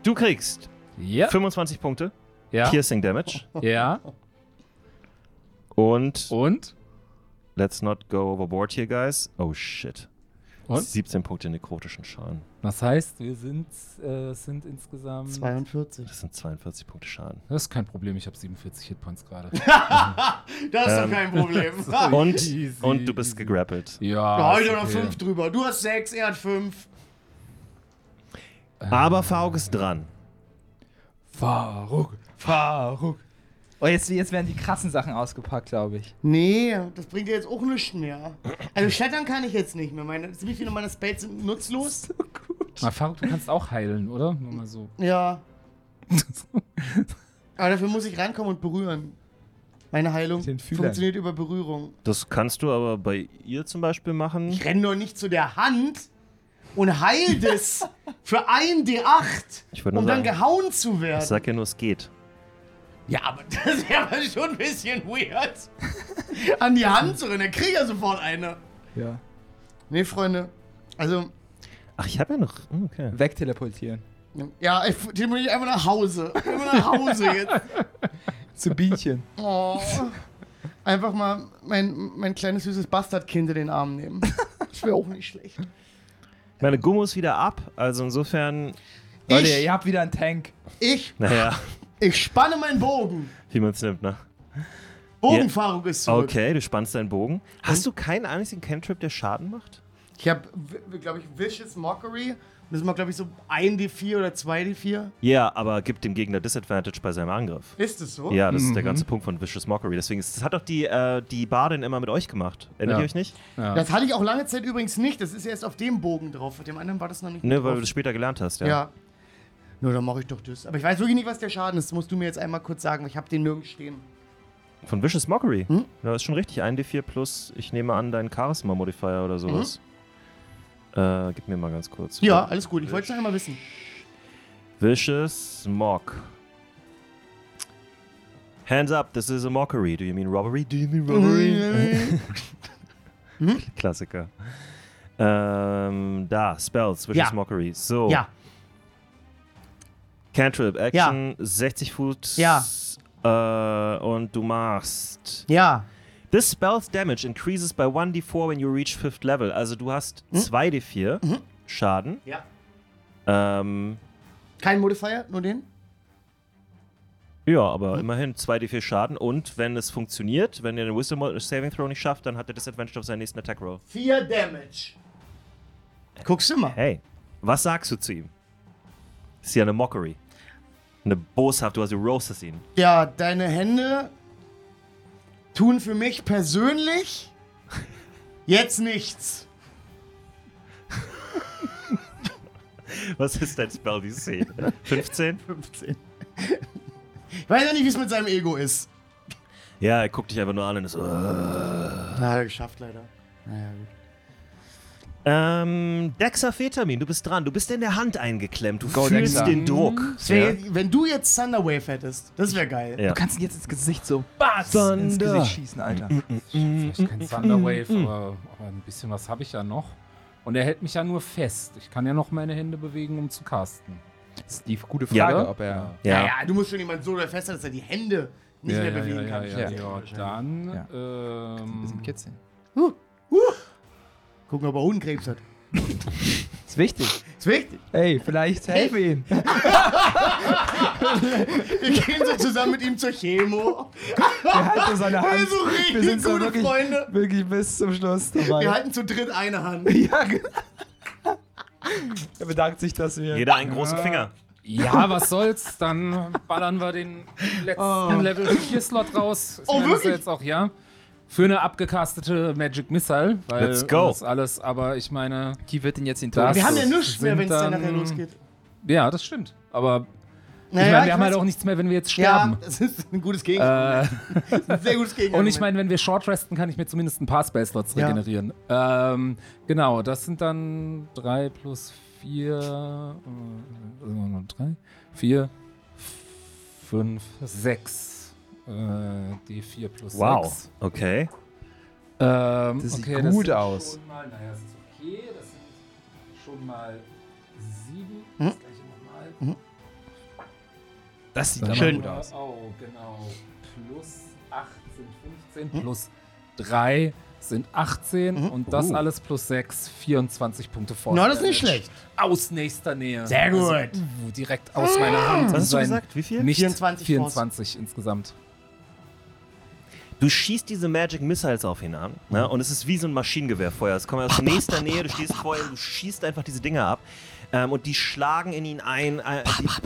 S1: Du kriegst
S4: Ja,
S1: 25 Punkte
S4: ja,
S1: Piercing Damage
S4: ja.
S1: und
S4: Und?
S1: Let's not go overboard here, guys. Oh shit.
S4: Und?
S1: 17 Punkte nekrotischen Schaden.
S4: Das heißt, wir sind, äh, es sind insgesamt...
S2: 42.
S1: Das sind 42 Punkte Schaden.
S4: Das ist kein Problem, ich habe 47 Hitpoints gerade.
S3: [laughs]
S2: Das ist
S1: Ähm.
S2: doch kein [laughs] Problem.
S1: Und,
S4: Oh, Easy,
S1: und du bist
S4: easy.
S1: gegrappelt.
S4: ja.
S2: Heute
S4: ist
S2: noch
S4: okay.
S2: fünf drüber. Du hast sechs, er hat fünf.
S1: Aber Faug ist dran.
S3: Faruk, Faruk. Oh, jetzt, jetzt werden die krassen Sachen ausgepackt, glaube ich.
S2: Nee, das bringt dir jetzt auch nichts mehr. Also klettern kann ich jetzt nicht mehr. Meine, ziemlich viele meiner Spades sind nutzlos.
S4: Na, Faruk, du kannst auch heilen, oder? Nur mal so.
S2: Ja. [laughs] Aber dafür muss ich rankommen und berühren. Meine Heilung
S3: Den Fühlern.
S2: funktioniert über Berührung.
S1: Das kannst du aber bei ihr zum Beispiel machen.
S2: Ich renn doch nicht zu der Hand und heil
S1: [laughs]
S2: das für ein D8,
S1: Ich
S2: um
S1: wollte nur sagen-
S2: dann gehauen zu werden.
S1: Ich sag ja nur, es geht.
S2: Ja, [laughs] aber das wäre aber schon ein bisschen weird. [laughs] An die Hand zu rennen, dann krieg ich ja sofort eine.
S3: Ja.
S2: Nee, Freunde. Also,
S1: Ach, ich habe ja noch. hm, Okay.
S3: Wegteleportieren.
S2: ja, ich telefoniere ich einfach nach Hause. Einfach nach Hause jetzt.
S3: Zu Bienchen.
S2: Oh. Einfach mal mein, mein kleines süßes Bastardkind in den Arm nehmen. Das wäre auch nicht schlecht.
S1: Meine Gummo ist wieder ab, also insofern.
S3: [laughs] Leute,
S2: Ich-
S3: ihr habt wieder einen Tank.
S2: Ich,
S4: [laughs]
S1: Naja,
S2: ich spanne meinen Bogen.
S1: wie man es nimmt, ne?
S2: Bogenfahrung ist zurück.
S1: Okay, du spannst deinen Bogen. Hast du keinen einzigen Cantrip, der Schaden macht?
S2: Ich habe, glaube ich, Vicious Mockery. Das ist mal, glaube ich, so 1d4 oder 2d4.
S1: Ja, aber gibt dem Gegner Disadvantage bei seinem Angriff.
S2: Ist es so?
S1: Ja, das ist der ganze Punkt von Vicious Mockery. Deswegen ist, das hat doch die, äh, die Bardin immer mit euch gemacht. Erinnert
S4: Ja.
S1: ihr euch nicht?
S4: Ja.
S2: Das hatte ich auch lange Zeit übrigens nicht. Das ist erst auf dem Bogen drauf. Auf dem anderen war das noch nicht.
S1: Ne,
S2: drauf.
S1: weil du das später gelernt hast, ja.
S2: Ja. Nur dann mache ich doch das. Aber ich weiß wirklich nicht, was der Schaden ist. Das musst du mir jetzt einmal kurz sagen. weil Ich habe den nirgends stehen.
S1: Von Vicious Mockery.
S2: Hm?
S1: Ja, ist schon richtig. 1d4 plus, ich nehme an, deinen Charisma-Modifier oder sowas. Äh, gib mir mal ganz kurz.
S2: Mhm. Ja, alles gut. Ich wollte es noch einmal wissen.
S1: Vicious Mock. Hands up, this is a mockery. Do you mean robbery? Do you mean
S2: [laughs]
S1: robbery?
S2: Hm?
S1: [laughs] Klassiker. Ähm, da, Spells, Vicious
S2: Ja.
S1: Mockery. So.
S2: Ja.
S1: Cantrip, Action, 60 Fuß.
S2: Ja.
S1: Äh, und du machst.
S2: Ja.
S1: This spell's damage increases by 1d4 when you reach 5th level. Also du hast 2d4 Schaden.
S2: Ja.
S1: Ähm,
S2: Kein Modifier, nur den?
S1: ja, aber immerhin 2d4 Schaden. Und wenn es funktioniert, wenn er den Wisdom Saving Throw nicht schafft, dann hat er Disadvantage auf seinen nächsten Attack Roll.
S2: Vier Damage. Guckst du mal.
S1: Hey, was sagst du zu ihm? Ist ja eine Mockery. Eine Boshaft, du hast du roastest ihn.
S2: Ja, deine Hände tun für mich persönlich jetzt nichts.
S1: Was ist dein Spell, die Szene? 15?
S2: 15. Ich weiß ja nicht, wie es mit seinem Ego ist.
S1: Ja, er guckt dich einfach nur an und ist so. äh.
S2: Na, hat er geschafft leider. Naja, gut.
S1: Ähm, Dexamphetamin, du bist dran. Du bist in der Hand eingeklemmt. Du
S3: Go,
S1: fühlst
S3: Dexa.
S1: den Druck.
S2: Das wär jetzt- Wenn du jetzt Thunderwave hättest, das wäre geil.
S1: Ja.
S3: Du kannst ihn jetzt ins Gesicht so BAS ins
S1: Thunder.
S3: Gesicht schießen, Alter.
S4: Vielleicht kein Thunderwave, aber, aber ein bisschen was habe ich ja noch. Und er hält mich ja nur fest. Ich kann ja noch meine Hände bewegen, um zu casten.
S3: Das ist die gute Frage,
S1: Ja.
S3: ob er.
S1: Ja.
S2: Naja, Ah, du musst schon jemanden so doll festhalten, dass er die Hände nicht
S4: ja,
S2: mehr
S4: ja,
S2: bewegen
S4: ja,
S2: kann.
S4: Ja, ja, ja. Dann.
S3: Ja. Ein bisschen
S4: Ähm,
S3: kitzeln.
S2: Gucken, ob er Hodenkrebs hat.
S3: Ist wichtig.
S2: Ist wichtig.
S3: Ey, vielleicht helfen wir [laughs] ihm.
S2: Wir gehen so zusammen mit ihm zur Chemo.
S3: Er hat Halt so seine
S2: Wir
S3: Hand.
S2: sind so richtig
S3: wir sind so
S2: gute
S3: wirklich,
S2: Freunde.
S3: wirklich bis zum Schluss
S2: Wir
S3: dabei.
S2: halten zu dritt eine Hand.
S3: [laughs] Ja, genau. Er bedankt sich, dass wir.
S1: Jeder einen großen Finger.
S4: ja, was soll's? Dann ballern wir den letzten Level 4 Slot raus. Ist
S2: Oh,
S4: mir das
S2: wirklich?
S4: Jetzt auch, ja. Für eine abgekastete Magic Missile. Weil
S1: Let's go.
S4: Das alles, aber ich meine.
S3: Die wird ihn jetzt in den
S4: Das-
S3: Tod.
S2: Wir haben
S4: so,
S2: ja nichts mehr, wenn es dann
S4: sind
S2: nachher
S4: dann-
S2: losgeht.
S4: Ja, das stimmt. Aber
S2: Naja,
S4: ich meine, wir haben
S2: weiß-
S4: halt auch nichts mehr, wenn wir jetzt
S2: Ja,
S4: sterben.
S2: das ist ein gutes Gegenargument.
S4: Äh,
S2: [laughs] Das ist ein sehr gutes Gegenargument.
S4: Und ich meine, wenn wir Short resten, kann ich mir zumindest ein paar Spell Slots
S2: Ja.
S4: regenerieren. Ähm, genau, das sind dann 3 plus äh, 4, 3, 4, 5, 6. D4 Äh, plus 6.
S1: Wow. Okay.
S4: Ähm,
S3: Das sieht
S4: okay,
S3: gut
S4: sind
S3: aus.
S4: Schon mal, naja, das ist okay. Das sind schon mal 7. Das gleiche nochmal.
S3: Das sieht aber
S1: Schön.
S3: gut aus.
S4: Oh, genau. Plus 8 sind
S2: Hm.
S4: 15, plus 3 sind 18 und das alles plus 6, 24 Punkte vor.
S2: Mhm. Oh. Na, das ist nicht schlecht.
S4: Aus nächster Nähe.
S2: Sehr gut. Ah.
S4: uh, direkt aus meiner Hand.
S1: Was hast du
S4: Sein-
S1: gesagt? Wie viel?
S4: Nicht
S2: 24
S4: 24, 24 insgesamt.
S1: Du schießt diese Magic Missiles auf ihn an ne? und es ist wie so ein Maschinengewehrfeuer. Es kommt aus nächster Nähe, du stehst vor ihm, du schießt einfach diese Dinger ab ähm, und die schlagen in ihn ein. Äh,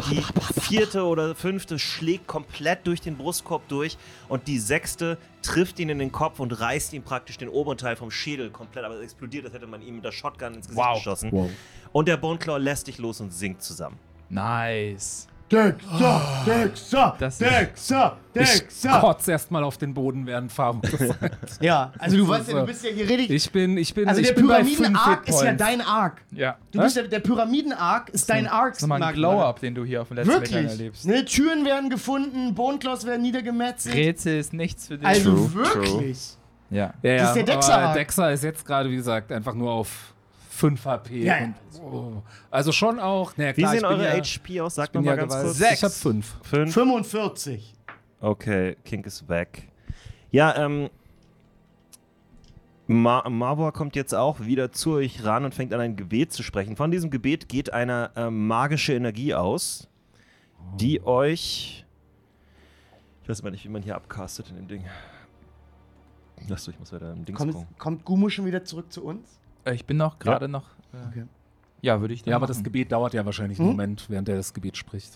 S1: die, die vierte oder fünfte schlägt komplett durch den Brustkorb durch und die sechste trifft ihn in den Kopf und reißt ihm praktisch den oberen Teil vom Schädel komplett, aber es explodiert, als hätte man ihm mit der Shotgun ins Gesicht geschossen. Und der Boneclaw lässt dich los und sinkt zusammen.
S3: Nice.
S2: Dexa, Dexa,
S3: Das ist-
S2: Dexa,
S4: Ah, Ich
S2: Dexa.
S4: kotze erstmal auf den Boden,
S2: [laughs]
S4: während Faruk das sagt.
S2: Ja, also du
S4: Das
S2: weißt
S4: ist
S2: ja, du
S4: so.
S2: bist ja hier richtig.
S4: Ich bin, ich bin,
S2: Also
S4: ich
S2: der
S4: bin bei 5
S2: Pyramiden-Arc
S4: Hit
S2: ist ja
S4: Points.
S2: dein Arc.
S3: Ja.
S2: Du bist ja, der Pyramiden-Arc ist dein Arc.
S3: Das ist nochmal ein
S2: Marc.
S3: Glow-Up, den du hier auf dem letzten Metern
S2: Wirklich.
S3: erlebst.
S2: Ne, Türen werden gefunden, Boneclaws werden niedergemetzelt.
S3: Rätsel ist nichts für dich.
S2: Also
S1: True,
S2: wirklich.
S3: ja.
S4: Ja, ja,
S2: Das ist der Dexa.
S4: aber Dexa ist jetzt gerade, wie gesagt, einfach nur auf 5 HP.
S2: Ja, ja.
S4: Und, oh, also schon auch. Naja,
S1: Wie
S4: klar,
S1: sehen
S4: ich bin
S1: eure
S4: ja,
S1: HP aus? Sagt
S4: bin
S1: nochmal
S4: ja
S1: ganz
S4: gewaltig.
S1: kurz.
S3: Sechs.
S4: Ich habe 5.
S1: Fünf.
S2: 45.
S1: Okay, Kink ist weg. Ja, ähm. Ma Marvor kommt jetzt auch wieder zu euch ran und fängt an, ein Gebet zu sprechen. Von diesem Gebet geht eine ähm, magische Energie aus, die euch. Ich weiß mal nicht, wie man hier abcastet in dem Ding. Lass du, ich muss weiter im Ding
S2: Kommt,
S1: gucken.
S2: kommt Gumu schon wieder zurück zu uns?
S3: Äh, Ich bin noch gerade noch. Äh,
S2: Okay.
S3: Ja, würde ich dann
S4: Ja, aber das
S3: machen.
S4: Gebet dauert ja wahrscheinlich einen Moment, während er das Gebet spricht.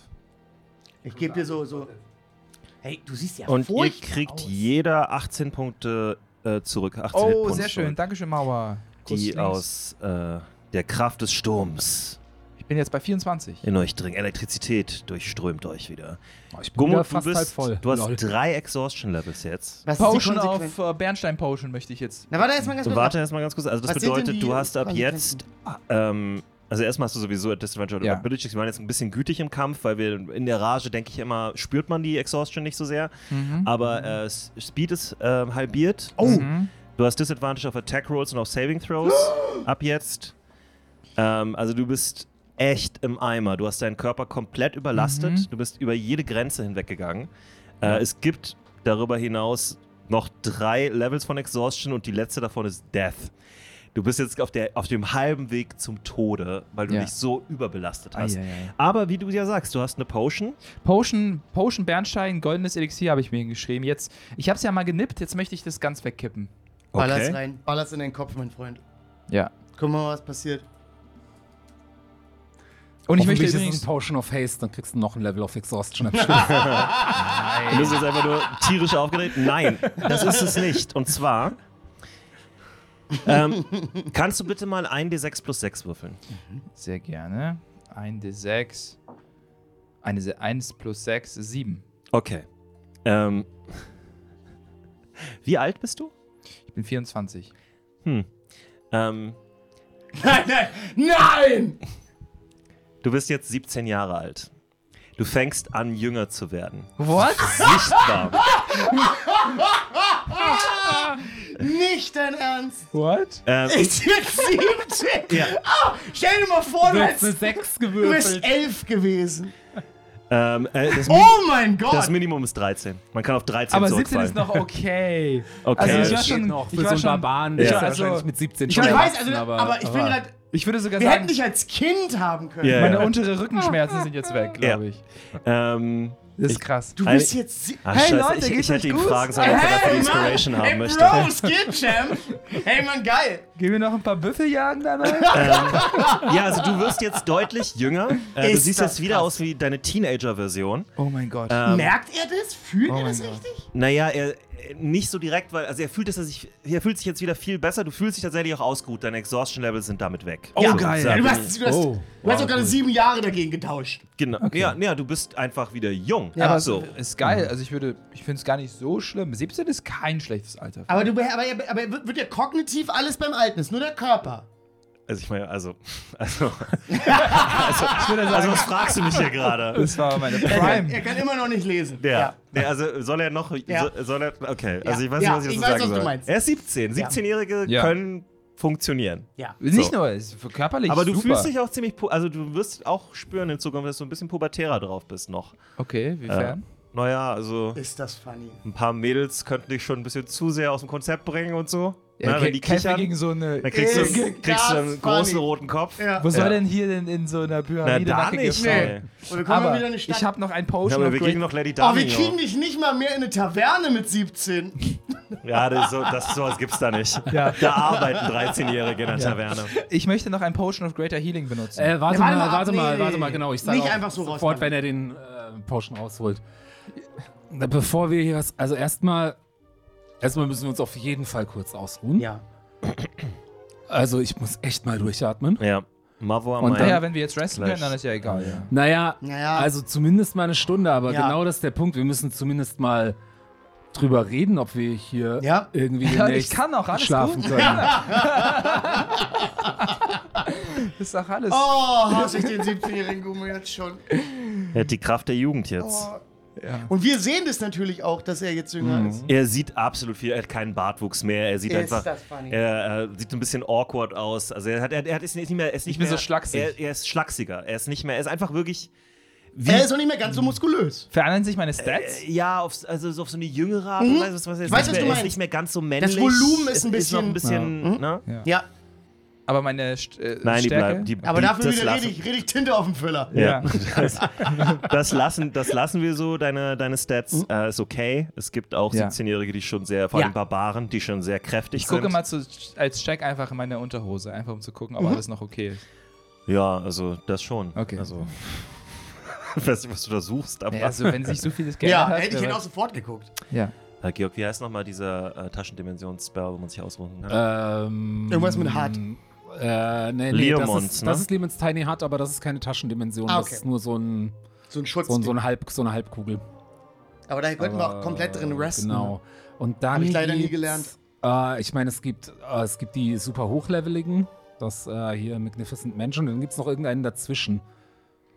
S2: Ich gebe dir so, so. Hey, du siehst ja
S1: Und ihr
S2: furchtbar
S1: kriegt
S2: aus.
S1: jeder 18 Punkte äh, zurück. 18
S3: Oh,
S1: Hitpunkte
S3: sehr schön.
S1: zurück,
S3: Dankeschön, Mauer. Kuss
S1: Die
S3: links.
S1: aus äh, der Kraft des Sturms
S3: Ich bin jetzt bei 24.
S1: in euch dringen. Elektrizität durchströmt euch wieder.
S4: Oh, ich bin
S1: Gummo,
S4: wieder
S1: du, bist, du hast drei Exhaustion-Levels jetzt.
S2: Was ist die
S3: Potion
S2: Konsequenz?
S3: auf äh, Bernstein Potion möchte ich jetzt.
S2: Na, warte erstmal ganz kurz.
S1: Warte erstmal ganz kurz. Also das
S2: Was sind denn
S1: bedeutet,
S2: die
S1: du hast ab
S2: Konsequenzen?
S1: jetzt, ähm, also erstmal hast du sowieso at Disadvantage oder
S3: Ja.
S1: Abilities. Wir waren jetzt ein bisschen gütig im Kampf, weil wir in der Rage, denke ich immer, spürt man die Exhaustion nicht so sehr. Aber äh, S- Speed ist ähm, halbiert.
S2: Oh,
S1: Du hast Disadvantage auf Attack Rolls und auf Saving Throws ab jetzt. Ähm, also du bist echt im Eimer. Du hast deinen Körper komplett überlastet. Du bist über jede Grenze hinweggegangen. Äh, es gibt darüber hinaus noch drei Levels von Exhaustion und die letzte davon ist Death. Du bist jetzt auf, der, auf dem halben Weg zum Tode, weil du
S3: Ja.
S1: dich so überbelastet hast.
S3: Eieiei.
S1: Aber wie du ja sagst, du hast eine Potion.
S3: Potion, Potion Bernstein, goldenes Elixier habe ich mir hingeschrieben. Jetzt, ich habe es ja mal genippt, jetzt möchte ich das ganz wegkippen.
S2: ballerst rein, ballerst in deinen Kopf, mein Freund.
S3: Ja.
S2: Guck mal, was passiert.
S3: Und ich möchte
S4: Hoffentlich ist es
S3: übrigens.
S4: ein Potion of Haste, dann kriegst du noch ein Level of Exhaustion. am Schluss.
S1: Du bist jetzt einfach nur tierisch aufgedreht. Nein, das ist es nicht. Und zwar. ähm, kannst du bitte mal ein D6 plus 6 würfeln?
S3: Sehr gerne. Ein D6. Eine Se- 1 plus 6 ist 7.
S1: Okay. Ähm, [laughs] wie alt bist du?
S3: Ich bin 24.
S1: Ähm,
S2: Nein, nein, nein!
S1: du bist jetzt 17 Jahre alt. Du fängst an, jünger zu
S2: [laughs]
S1: werden.
S3: What?
S1: Sichtbar.
S2: Nicht
S1: [laughs]
S2: dein Ernst.
S3: What?
S1: ähm,
S2: Ich bin 17.
S1: Ja.
S2: Ah, stell dir mal vor, du,
S4: Du hast eine
S2: hättest,
S4: 6
S2: du wärst
S4: gewürfelt.
S2: 11 gewesen.
S1: ähm, äh, das,
S2: Oh mein Gott!
S1: das Minimum ist 13. Man kann auf 13
S3: Aber 17
S1: zurückfallen.
S3: ist noch okay.
S1: okay.
S3: also ich
S4: das
S3: war schon-
S4: geht noch.
S3: ich war
S4: Für so einen
S3: schon-
S4: Barbaren
S1: Ja.
S4: ist er
S3: Also-
S4: wahrscheinlich mit 17
S3: Ich
S4: schon
S2: ich weiß, also,
S4: erwachsen,
S2: aber, ich bin gerade.
S3: Ich würde sogar
S2: Wir hätten
S3: sagen,
S2: dich als Kind haben können.
S1: Ja,
S3: meine
S1: ja.
S3: untere Rückenschmerzen sind jetzt weg, glaube ich.
S1: ähm,
S3: Das ist krass.
S2: Du bist jetzt. sie-
S1: ah,
S2: hey
S1: scheiße,
S2: Leute,
S1: ich,
S2: geht's
S1: ich hätte
S2: euch
S1: ihn
S2: gut?
S1: fragen sollen, ob er dafür
S2: hey,
S1: Inspiration
S2: Mann,
S1: haben
S2: hey,
S1: möchte.
S2: Bro, Skill Champ. Hey Mann, geil.
S3: Gehen wir noch ein paar Büffel jagen danach?
S1: Ja, also du wirst jetzt deutlich jünger. Äh, du
S2: Ist
S1: siehst
S2: das
S1: jetzt wieder
S2: krass.
S1: aus wie deine Teenager-Version.
S3: oh mein Gott.
S1: Ähm.
S2: Merkt er das? Fühlt er
S3: mein
S2: das
S3: Gott.
S2: richtig?
S1: Naja, er äh, nicht so direkt, weil also er fühlt, dass er sich, er fühlt sich jetzt wieder viel besser. Du fühlst dich tatsächlich auch ausgeruht. Deine Exhaustion-Levels sind damit weg.
S2: Oh,
S3: geil.
S2: Du hast, du hast, du hast auch gerade sieben Jahre dagegen getauscht.
S1: Genau. Ja, ja, du bist einfach wieder jung.
S3: aber
S1: Ach so.
S3: es ist geil. Also ich würde, ich finde es gar nicht so schlimm. 17 ist kein schlechtes Alter.
S2: Aber, du, beh- aber, er- aber er wird wird ja kognitiv alles beim Alten, ist nur der Körper.
S1: Also ich meine, also, [laughs] also,
S2: [laughs]
S1: also, also was fragst du mich hier
S2: [laughs]
S1: gerade?
S3: Das war meine
S2: Er
S3: Prime.
S2: kann immer noch nicht lesen.
S1: Ja. Nee, also soll er noch,
S2: Ja.
S1: so, soll er, okay, also
S2: Ja.
S1: ich weiß nicht,
S2: Ja,
S1: was ich
S2: ich
S1: dazu
S2: weiß,
S1: sagen
S2: was du
S1: soll.
S2: meinst.
S1: Er ist 17. 17-Jährige
S3: Ja.
S1: können funktionieren.
S2: Ja.
S3: Nicht
S1: So.
S3: nur, es ist körperlich
S1: Aber du
S3: super.
S1: fühlst dich auch ziemlich, pu- also du wirst auch spüren in Zukunft, dass du ein bisschen pubertärer drauf bist noch.
S3: Okay,
S1: Äh,
S3: wiefern?
S1: naja, also
S2: Ist das funny.
S1: ein paar Mädels könnten dich schon ein bisschen zu sehr aus dem Konzept bringen und so.
S3: Ja,
S1: Na,
S3: kä-
S1: wenn die
S3: kämpfe
S1: kichern,
S3: gegen so eine.
S1: dann kriegst,
S2: Ist
S1: du, kriegst du einen
S2: das
S1: großen
S2: funny.
S1: roten Kopf.
S2: Ja.
S3: Wo soll
S1: Ja.
S3: denn hier denn in so
S1: Na,
S3: einer Pyramide
S1: da
S3: nackige
S1: nicht.
S3: Frau?
S1: Nee.
S2: Und wir kommen
S3: Aber
S2: wieder in die Stadt.
S3: ich habe noch ein Potion
S1: Ja, aber
S3: of
S1: wir
S3: Great-
S1: kriegen noch Lady
S2: oh,
S1: Dami.
S2: wir kriegen dich nicht mal mehr in eine Taverne mit 17.
S1: Ja, das, ist so, das sowas gibt's da nicht.
S3: Ja.
S1: [laughs] Da arbeiten 13-Jährige in der Taverne.
S3: Ich möchte noch ein Potion of Greater Healing benutzen.
S4: Äh, warte
S2: Ja, warte
S4: mal,
S2: mal,
S4: warte
S2: nee,
S4: mal,
S2: nee,
S4: warte
S2: nee.
S4: mal, genau. Ich
S2: Nicht
S4: auch
S2: einfach so
S4: sofort,
S2: rausmachen.
S4: wenn er den äh, Potion rausholt. Na, Bevor wir hier was, also erstmal, erstmal müssen wir uns auf jeden Fall kurz ausruhen.
S2: Ja.
S4: Also ich muss echt mal durchatmen.
S1: Ja. Mavo am
S4: Und
S1: Main.
S4: dann-
S3: naja, Ah wenn wir jetzt resten
S1: Gleich.
S3: können, dann ist ja egal. Ja.
S4: Naja,
S2: Naja.
S4: also zumindest mal eine Stunde, aber
S2: Ja.
S4: genau das ist der Punkt. Wir müssen zumindest mal drüber reden, ob wir hier
S2: Ja.
S4: irgendwie
S3: Ja, ich
S4: demnächst
S3: kann auch, alles
S4: schlafen
S3: gut.
S4: können.
S3: Ist doch alles.
S2: Oh, hasse ich den 17-jährigen Gummo jetzt schon.
S1: Er hat die Kraft der Jugend jetzt.
S3: Oh.
S2: Und wir sehen das natürlich auch, dass er jetzt jünger ist.
S1: Er sieht absolut viel, er hat keinen Bartwuchs mehr, er sieht
S2: Ist
S1: einfach,
S2: das funny.
S1: er äh, sieht ein bisschen awkward aus, also er, hat, er, er ist nicht mehr, er ist nicht
S3: Ich bin
S1: mehr,
S3: so schlaksig.
S1: Er, er ist schlachsiger, er ist nicht mehr, er ist einfach wirklich, wie,
S2: Er ist auch nicht mehr ganz so muskulös.
S3: Verändern sich meine Stats?
S1: äh, ja, auf, also so auf so eine jüngere Art und Weise, was, was er ist,
S2: Mhm. weiß,
S1: nicht mehr,
S2: was du
S1: er ist
S2: meinst.
S1: nicht mehr ganz so männlich.
S2: Volumen ist ein
S1: Es noch ein bisschen,
S4: bisschen-
S1: ne?
S2: Ja, Mhm.
S3: Aber meine St äh,
S1: Nein, die
S3: Stärke?
S1: bleiben, die,
S2: aber
S1: die,
S2: dafür
S1: das
S2: wieder
S1: lassen-
S2: richtig, richtig Tinte auf dem Füller.
S1: Ja.
S3: Ja.
S1: Das lassen, das lassen wir so, deine, deine Stats äh, ist okay. Es gibt auch
S3: Ja.
S1: 17-Jährige, die schon sehr, vor
S2: Mhm. Ja.
S1: allem Barbaren, die schon sehr kräftig
S3: Ich gucke
S1: sind.
S3: mal zu, als Check einfach in meine Unterhose, einfach um zu gucken,
S2: Mhm.
S3: ob alles noch okay ist.
S1: Ja, also das schon.
S3: Okay.
S1: Also, [laughs] ich weiß nicht, was du da suchst, aber.
S3: Naja, also wenn sich so vieles geändert
S2: Ja,
S3: hat.
S2: hätte ich
S3: wer
S2: ihn auch
S3: weiß.
S2: sofort geguckt.
S3: ja.
S1: Äh, Georg, wie heißt nochmal dieser äh, Taschendimensions-Spell, wo man sich ausruhen kann?
S4: Ähm,
S2: Irgendwas mit Hart.
S4: Äh, nee, nee,
S1: Leomons,
S4: das ist,
S1: ne?
S4: das ist Lemons Tiny Heart, aber das ist keine Taschendimension.
S2: Ah,
S4: Das
S2: okay.
S4: ist nur so, ein,
S2: So ein Schutz.
S4: so, ein, so, ein Halb, so eine Halbkugel.
S2: aber da könnten wir auch
S4: Aber,
S2: komplett drin resten.
S4: Genau. Und dann.
S2: Hab ich leider nie
S4: gibt's,
S2: gelernt.
S4: Äh, ich meine, es gibt, äh, es gibt die super hochleveligen, das äh, hier Magnificent Mansion, und dann gibt es noch irgendeinen dazwischen.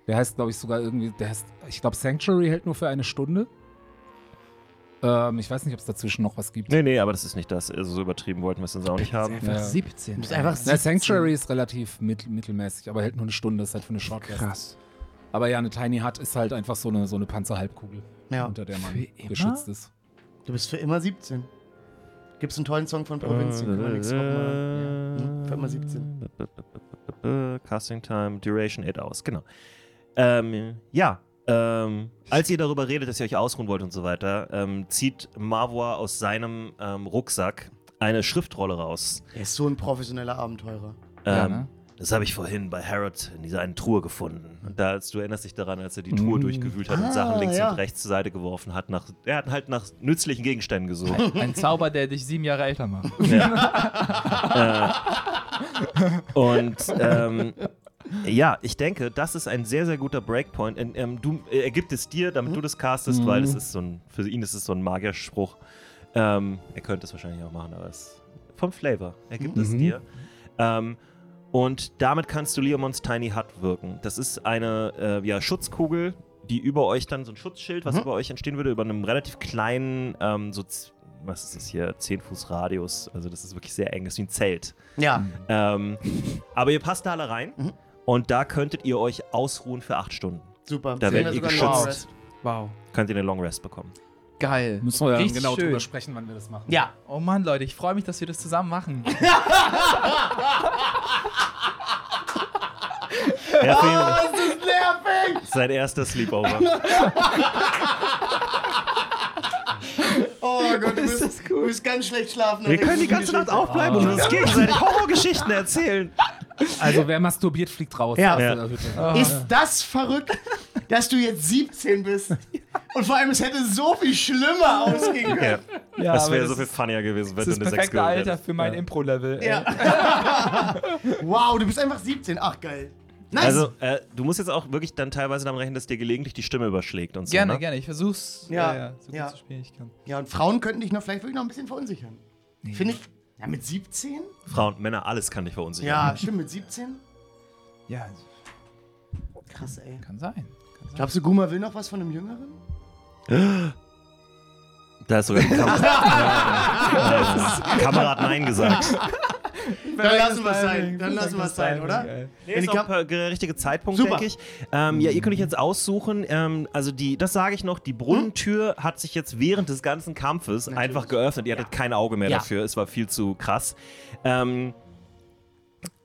S4: Der heißt, glaube ich, sogar irgendwie, der heißt, ich glaube, Sanctuary hält nur für eine Stunde. Ähm, ich weiß nicht, ob es dazwischen noch was gibt.
S1: Nee, nee, aber das ist nicht das. Also so übertrieben wollten wir es dann auch nicht haben.
S4: Ja.
S3: 17.
S2: Das ist einfach
S4: Na, Sanctuary ist relativ mit, mittelmäßig, aber hält nur eine Stunde, ist halt für eine Short Rest.
S3: Krass.
S4: Aber ja, eine Tiny Hut ist halt einfach so eine, so eine Panzerhalbkugel,
S2: Ja.
S4: unter der man
S3: Für immer?
S4: geschützt ist.
S2: Du bist für immer 17. Gibt's einen tollen Song von Provinz, den können wir nächste Woche mal. Hm, Für immer 17.
S1: Äh, Casting Time, Duration 8 Hours, genau. Ähm, ja, ähm, als ihr darüber redet, dass ihr euch ausruhen wollt und so weiter, ähm, zieht Marvor aus seinem ähm, Rucksack eine Schriftrolle raus.
S2: Er ist so ein professioneller Abenteurer.
S1: Ähm,
S3: Ja, ne?
S1: Das habe ich vorhin bei Harrod in dieser einen Truhe gefunden. Und da, als du erinnerst dich daran, als er die Truhe durchgewühlt hat
S2: Ah,
S1: und Sachen links
S2: ja.
S1: und rechts zur Seite geworfen hat, nach, er hat halt nach nützlichen Gegenständen gesucht.
S3: Ein Zauber, der dich sieben Jahre älter macht.
S2: [laughs]
S1: und ähm, ja, ich denke, das ist ein sehr, sehr guter Breakpoint. In, ähm, du, äh, er gibt es dir, damit du das castest, weil das ist so ein, für ihn ist es so ein Magierspruch. Ähm, er könnte es wahrscheinlich auch machen, aber es vom Flavor. Er gibt es dir. Ähm, und damit kannst du Leomons Tiny Hut wirken. Das ist eine äh, ja, Schutzkugel, die über euch dann so ein Schutzschild, was über euch entstehen würde, über einem relativ kleinen, ähm, so, z- was ist das hier, 10 Fuß Radius. Also, das ist wirklich sehr eng, das ist wie ein Zelt.
S2: Ja.
S1: Ähm, aber ihr passt da alle rein und da könntet ihr euch ausruhen für acht Stunden.
S2: Super.
S1: Da
S2: Sehen
S1: werdet
S2: wir
S1: ihr
S2: sogar
S1: geschützt.
S2: noch was.
S3: Wow.
S1: Könnt ihr eine Long Rest bekommen.
S3: [laughs] Geil.
S4: Müssen wir ja
S3: Richtig
S4: genau
S3: schön.
S4: drüber sprechen, wann wir das machen.
S2: Ja.
S3: Oh Mann, Leute, ich freue mich, dass wir das zusammen machen. Oh,
S1: Ja, für ihn
S2: Das ist nervig!
S1: sein erster Sleepover.
S3: [laughs]
S2: Oh Gott, du [laughs] bist, du bist ganz schlecht schlafen.
S1: Wir können die ganze Nacht aufbleiben und
S3: Oh.
S1: uns gegenseitig Horrorgeschichten erzählen.
S4: Also wer masturbiert, fliegt raus. Also
S2: Ja.
S4: Aus
S1: Ja.
S4: der Hütte.
S2: Ist das verrückt, dass du jetzt 17 bist? Und vor allem, es hätte so viel schlimmer ausgehen können.
S1: Ja.
S3: Ja,
S1: das
S3: aber
S1: wäre so
S3: das
S1: viel funnier gewesen, wenn
S3: Das
S1: du
S3: ist
S1: eine
S3: das
S1: 6
S3: perfekte
S1: gewählt
S3: Alter
S1: hättest.
S3: für mein Impro-Level. ey.
S2: [laughs] Ja. wow, du bist einfach 17. Ach, geil. Nice.
S1: Also, äh, du musst jetzt auch wirklich dann teilweise damit rechnen, dass dir gelegentlich die Stimme überschlägt und so.
S3: Gerne,
S1: ne?
S3: gerne. Ich versuch's
S2: Ja.
S3: ja, ja, so gut
S2: Ja.
S3: zu spielen, ich kann.
S2: ja, und Frauen könnten dich noch vielleicht wirklich noch ein bisschen verunsichern. Finde ich. Ja, mit 17?
S1: Frauen, Männer, alles kann dich verunsichern.
S2: Ja, stimmt, mit 17?
S3: Ja,
S2: Krass, ey.
S3: kann sein. Kann sein.
S2: Glaubst du, Guma will noch was von einem Jüngeren?
S1: Da ist sogar die
S3: [laughs]
S1: Kamera. Kamera hat Nein gesagt.
S2: Dann lassen wir es sein. Dann lassen wir es sein, oder?
S1: Nee, ist
S2: Ich
S1: auch
S2: glaub-
S1: per- der richtige Zeitpunkt,
S2: Super.
S1: denke ich. Ähm, ja, ihr könnt euch jetzt aussuchen. Ähm, also, die, das sage ich noch: die Brunnentür hat sich jetzt während des ganzen Kampfes einfach geöffnet. Ihr hattet kein Auge mehr
S2: Ja.
S1: dafür. Es war viel zu krass. Ähm,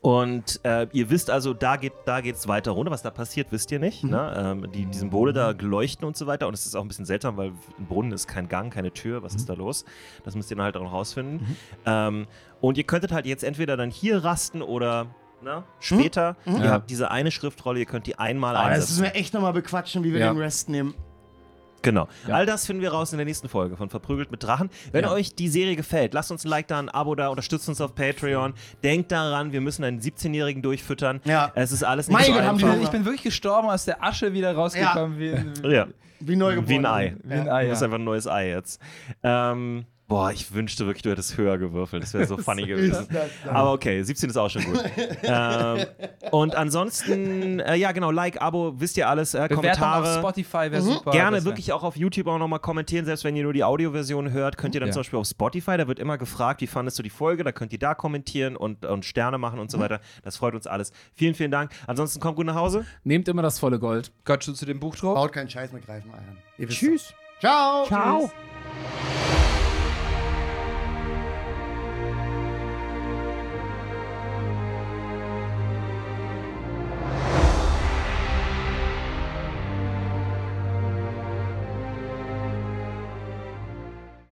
S1: und äh, ihr wisst also, da geht da geht's weiter runter. Was da passiert, wisst ihr
S2: Mhm.
S1: nicht. Ne? Ähm, die, die Symbole da leuchten und so weiter. Und es ist auch ein bisschen seltsam, weil ein Brunnen ist kein Gang, keine Tür. Was
S2: Mhm.
S1: ist da los? Das müsst ihr dann halt auch noch rausfinden. Ähm, und ihr könntet halt jetzt entweder dann hier rasten oder ne, später. Ihr
S4: Ja.
S1: habt diese eine Schriftrolle, ihr könnt die einmal
S2: Mhm. Ah, das müssen
S1: einsetzen.
S2: wir echt nochmal bequatschen, wie wir
S4: Ja.
S2: den Rest nehmen.
S1: Genau.
S4: Ja.
S1: All das finden wir raus in der nächsten Folge von Verprügelt mit Drachen. Wenn
S4: Ja.
S1: euch die Serie gefällt, lasst uns ein Like da, ein Abo da, unterstützt uns auf Patreon. Denkt daran, wir müssen einen 17-Jährigen durchfüttern.
S2: Ja.
S1: Es ist alles nicht
S2: Mein
S1: so
S2: Gott,
S1: einfach.
S2: haben die
S3: Ich bin wirklich gestorben, aus der Asche wieder
S1: [laughs]
S3: rausgekommen wie, ein,
S1: ja,
S2: Wie neu geboren.
S1: wie ein Ei.
S3: wie ein Ei.
S1: Du bist
S3: Ja.
S1: einfach ein neues Ei jetzt. Ähm, boah, ich wünschte wirklich, du hättest höher gewürfelt. Das wäre so funny gewesen. Aber okay, 17 ist auch schon gut. ähm, und ansonsten, äh, ja genau, Like, Abo, wisst ihr alles, äh,
S3: Bewertung auf
S1: Kommentare. Mhm.
S3: Spotify wäre super.
S1: Gerne
S3: das wär-
S1: wirklich auch auf YouTube auch nochmal kommentieren, selbst wenn ihr nur die Audioversion hört, könnt ihr dann
S3: Ja.
S1: zum Beispiel auf Spotify, da wird immer gefragt, wie fandest du die Folge, da könnt ihr da kommentieren und, und Sterne machen und so weiter. Das freut uns alles. Vielen, vielen Dank. Ansonsten kommt gut nach Hause.
S4: Nehmt immer das volle Gold.
S3: Gott, schon zu dem Buch drauf.
S2: Baut keinen Scheiß mit Greifen Eiern. Tschüss. Ciao.
S4: Ciao.
S2: Tschüss.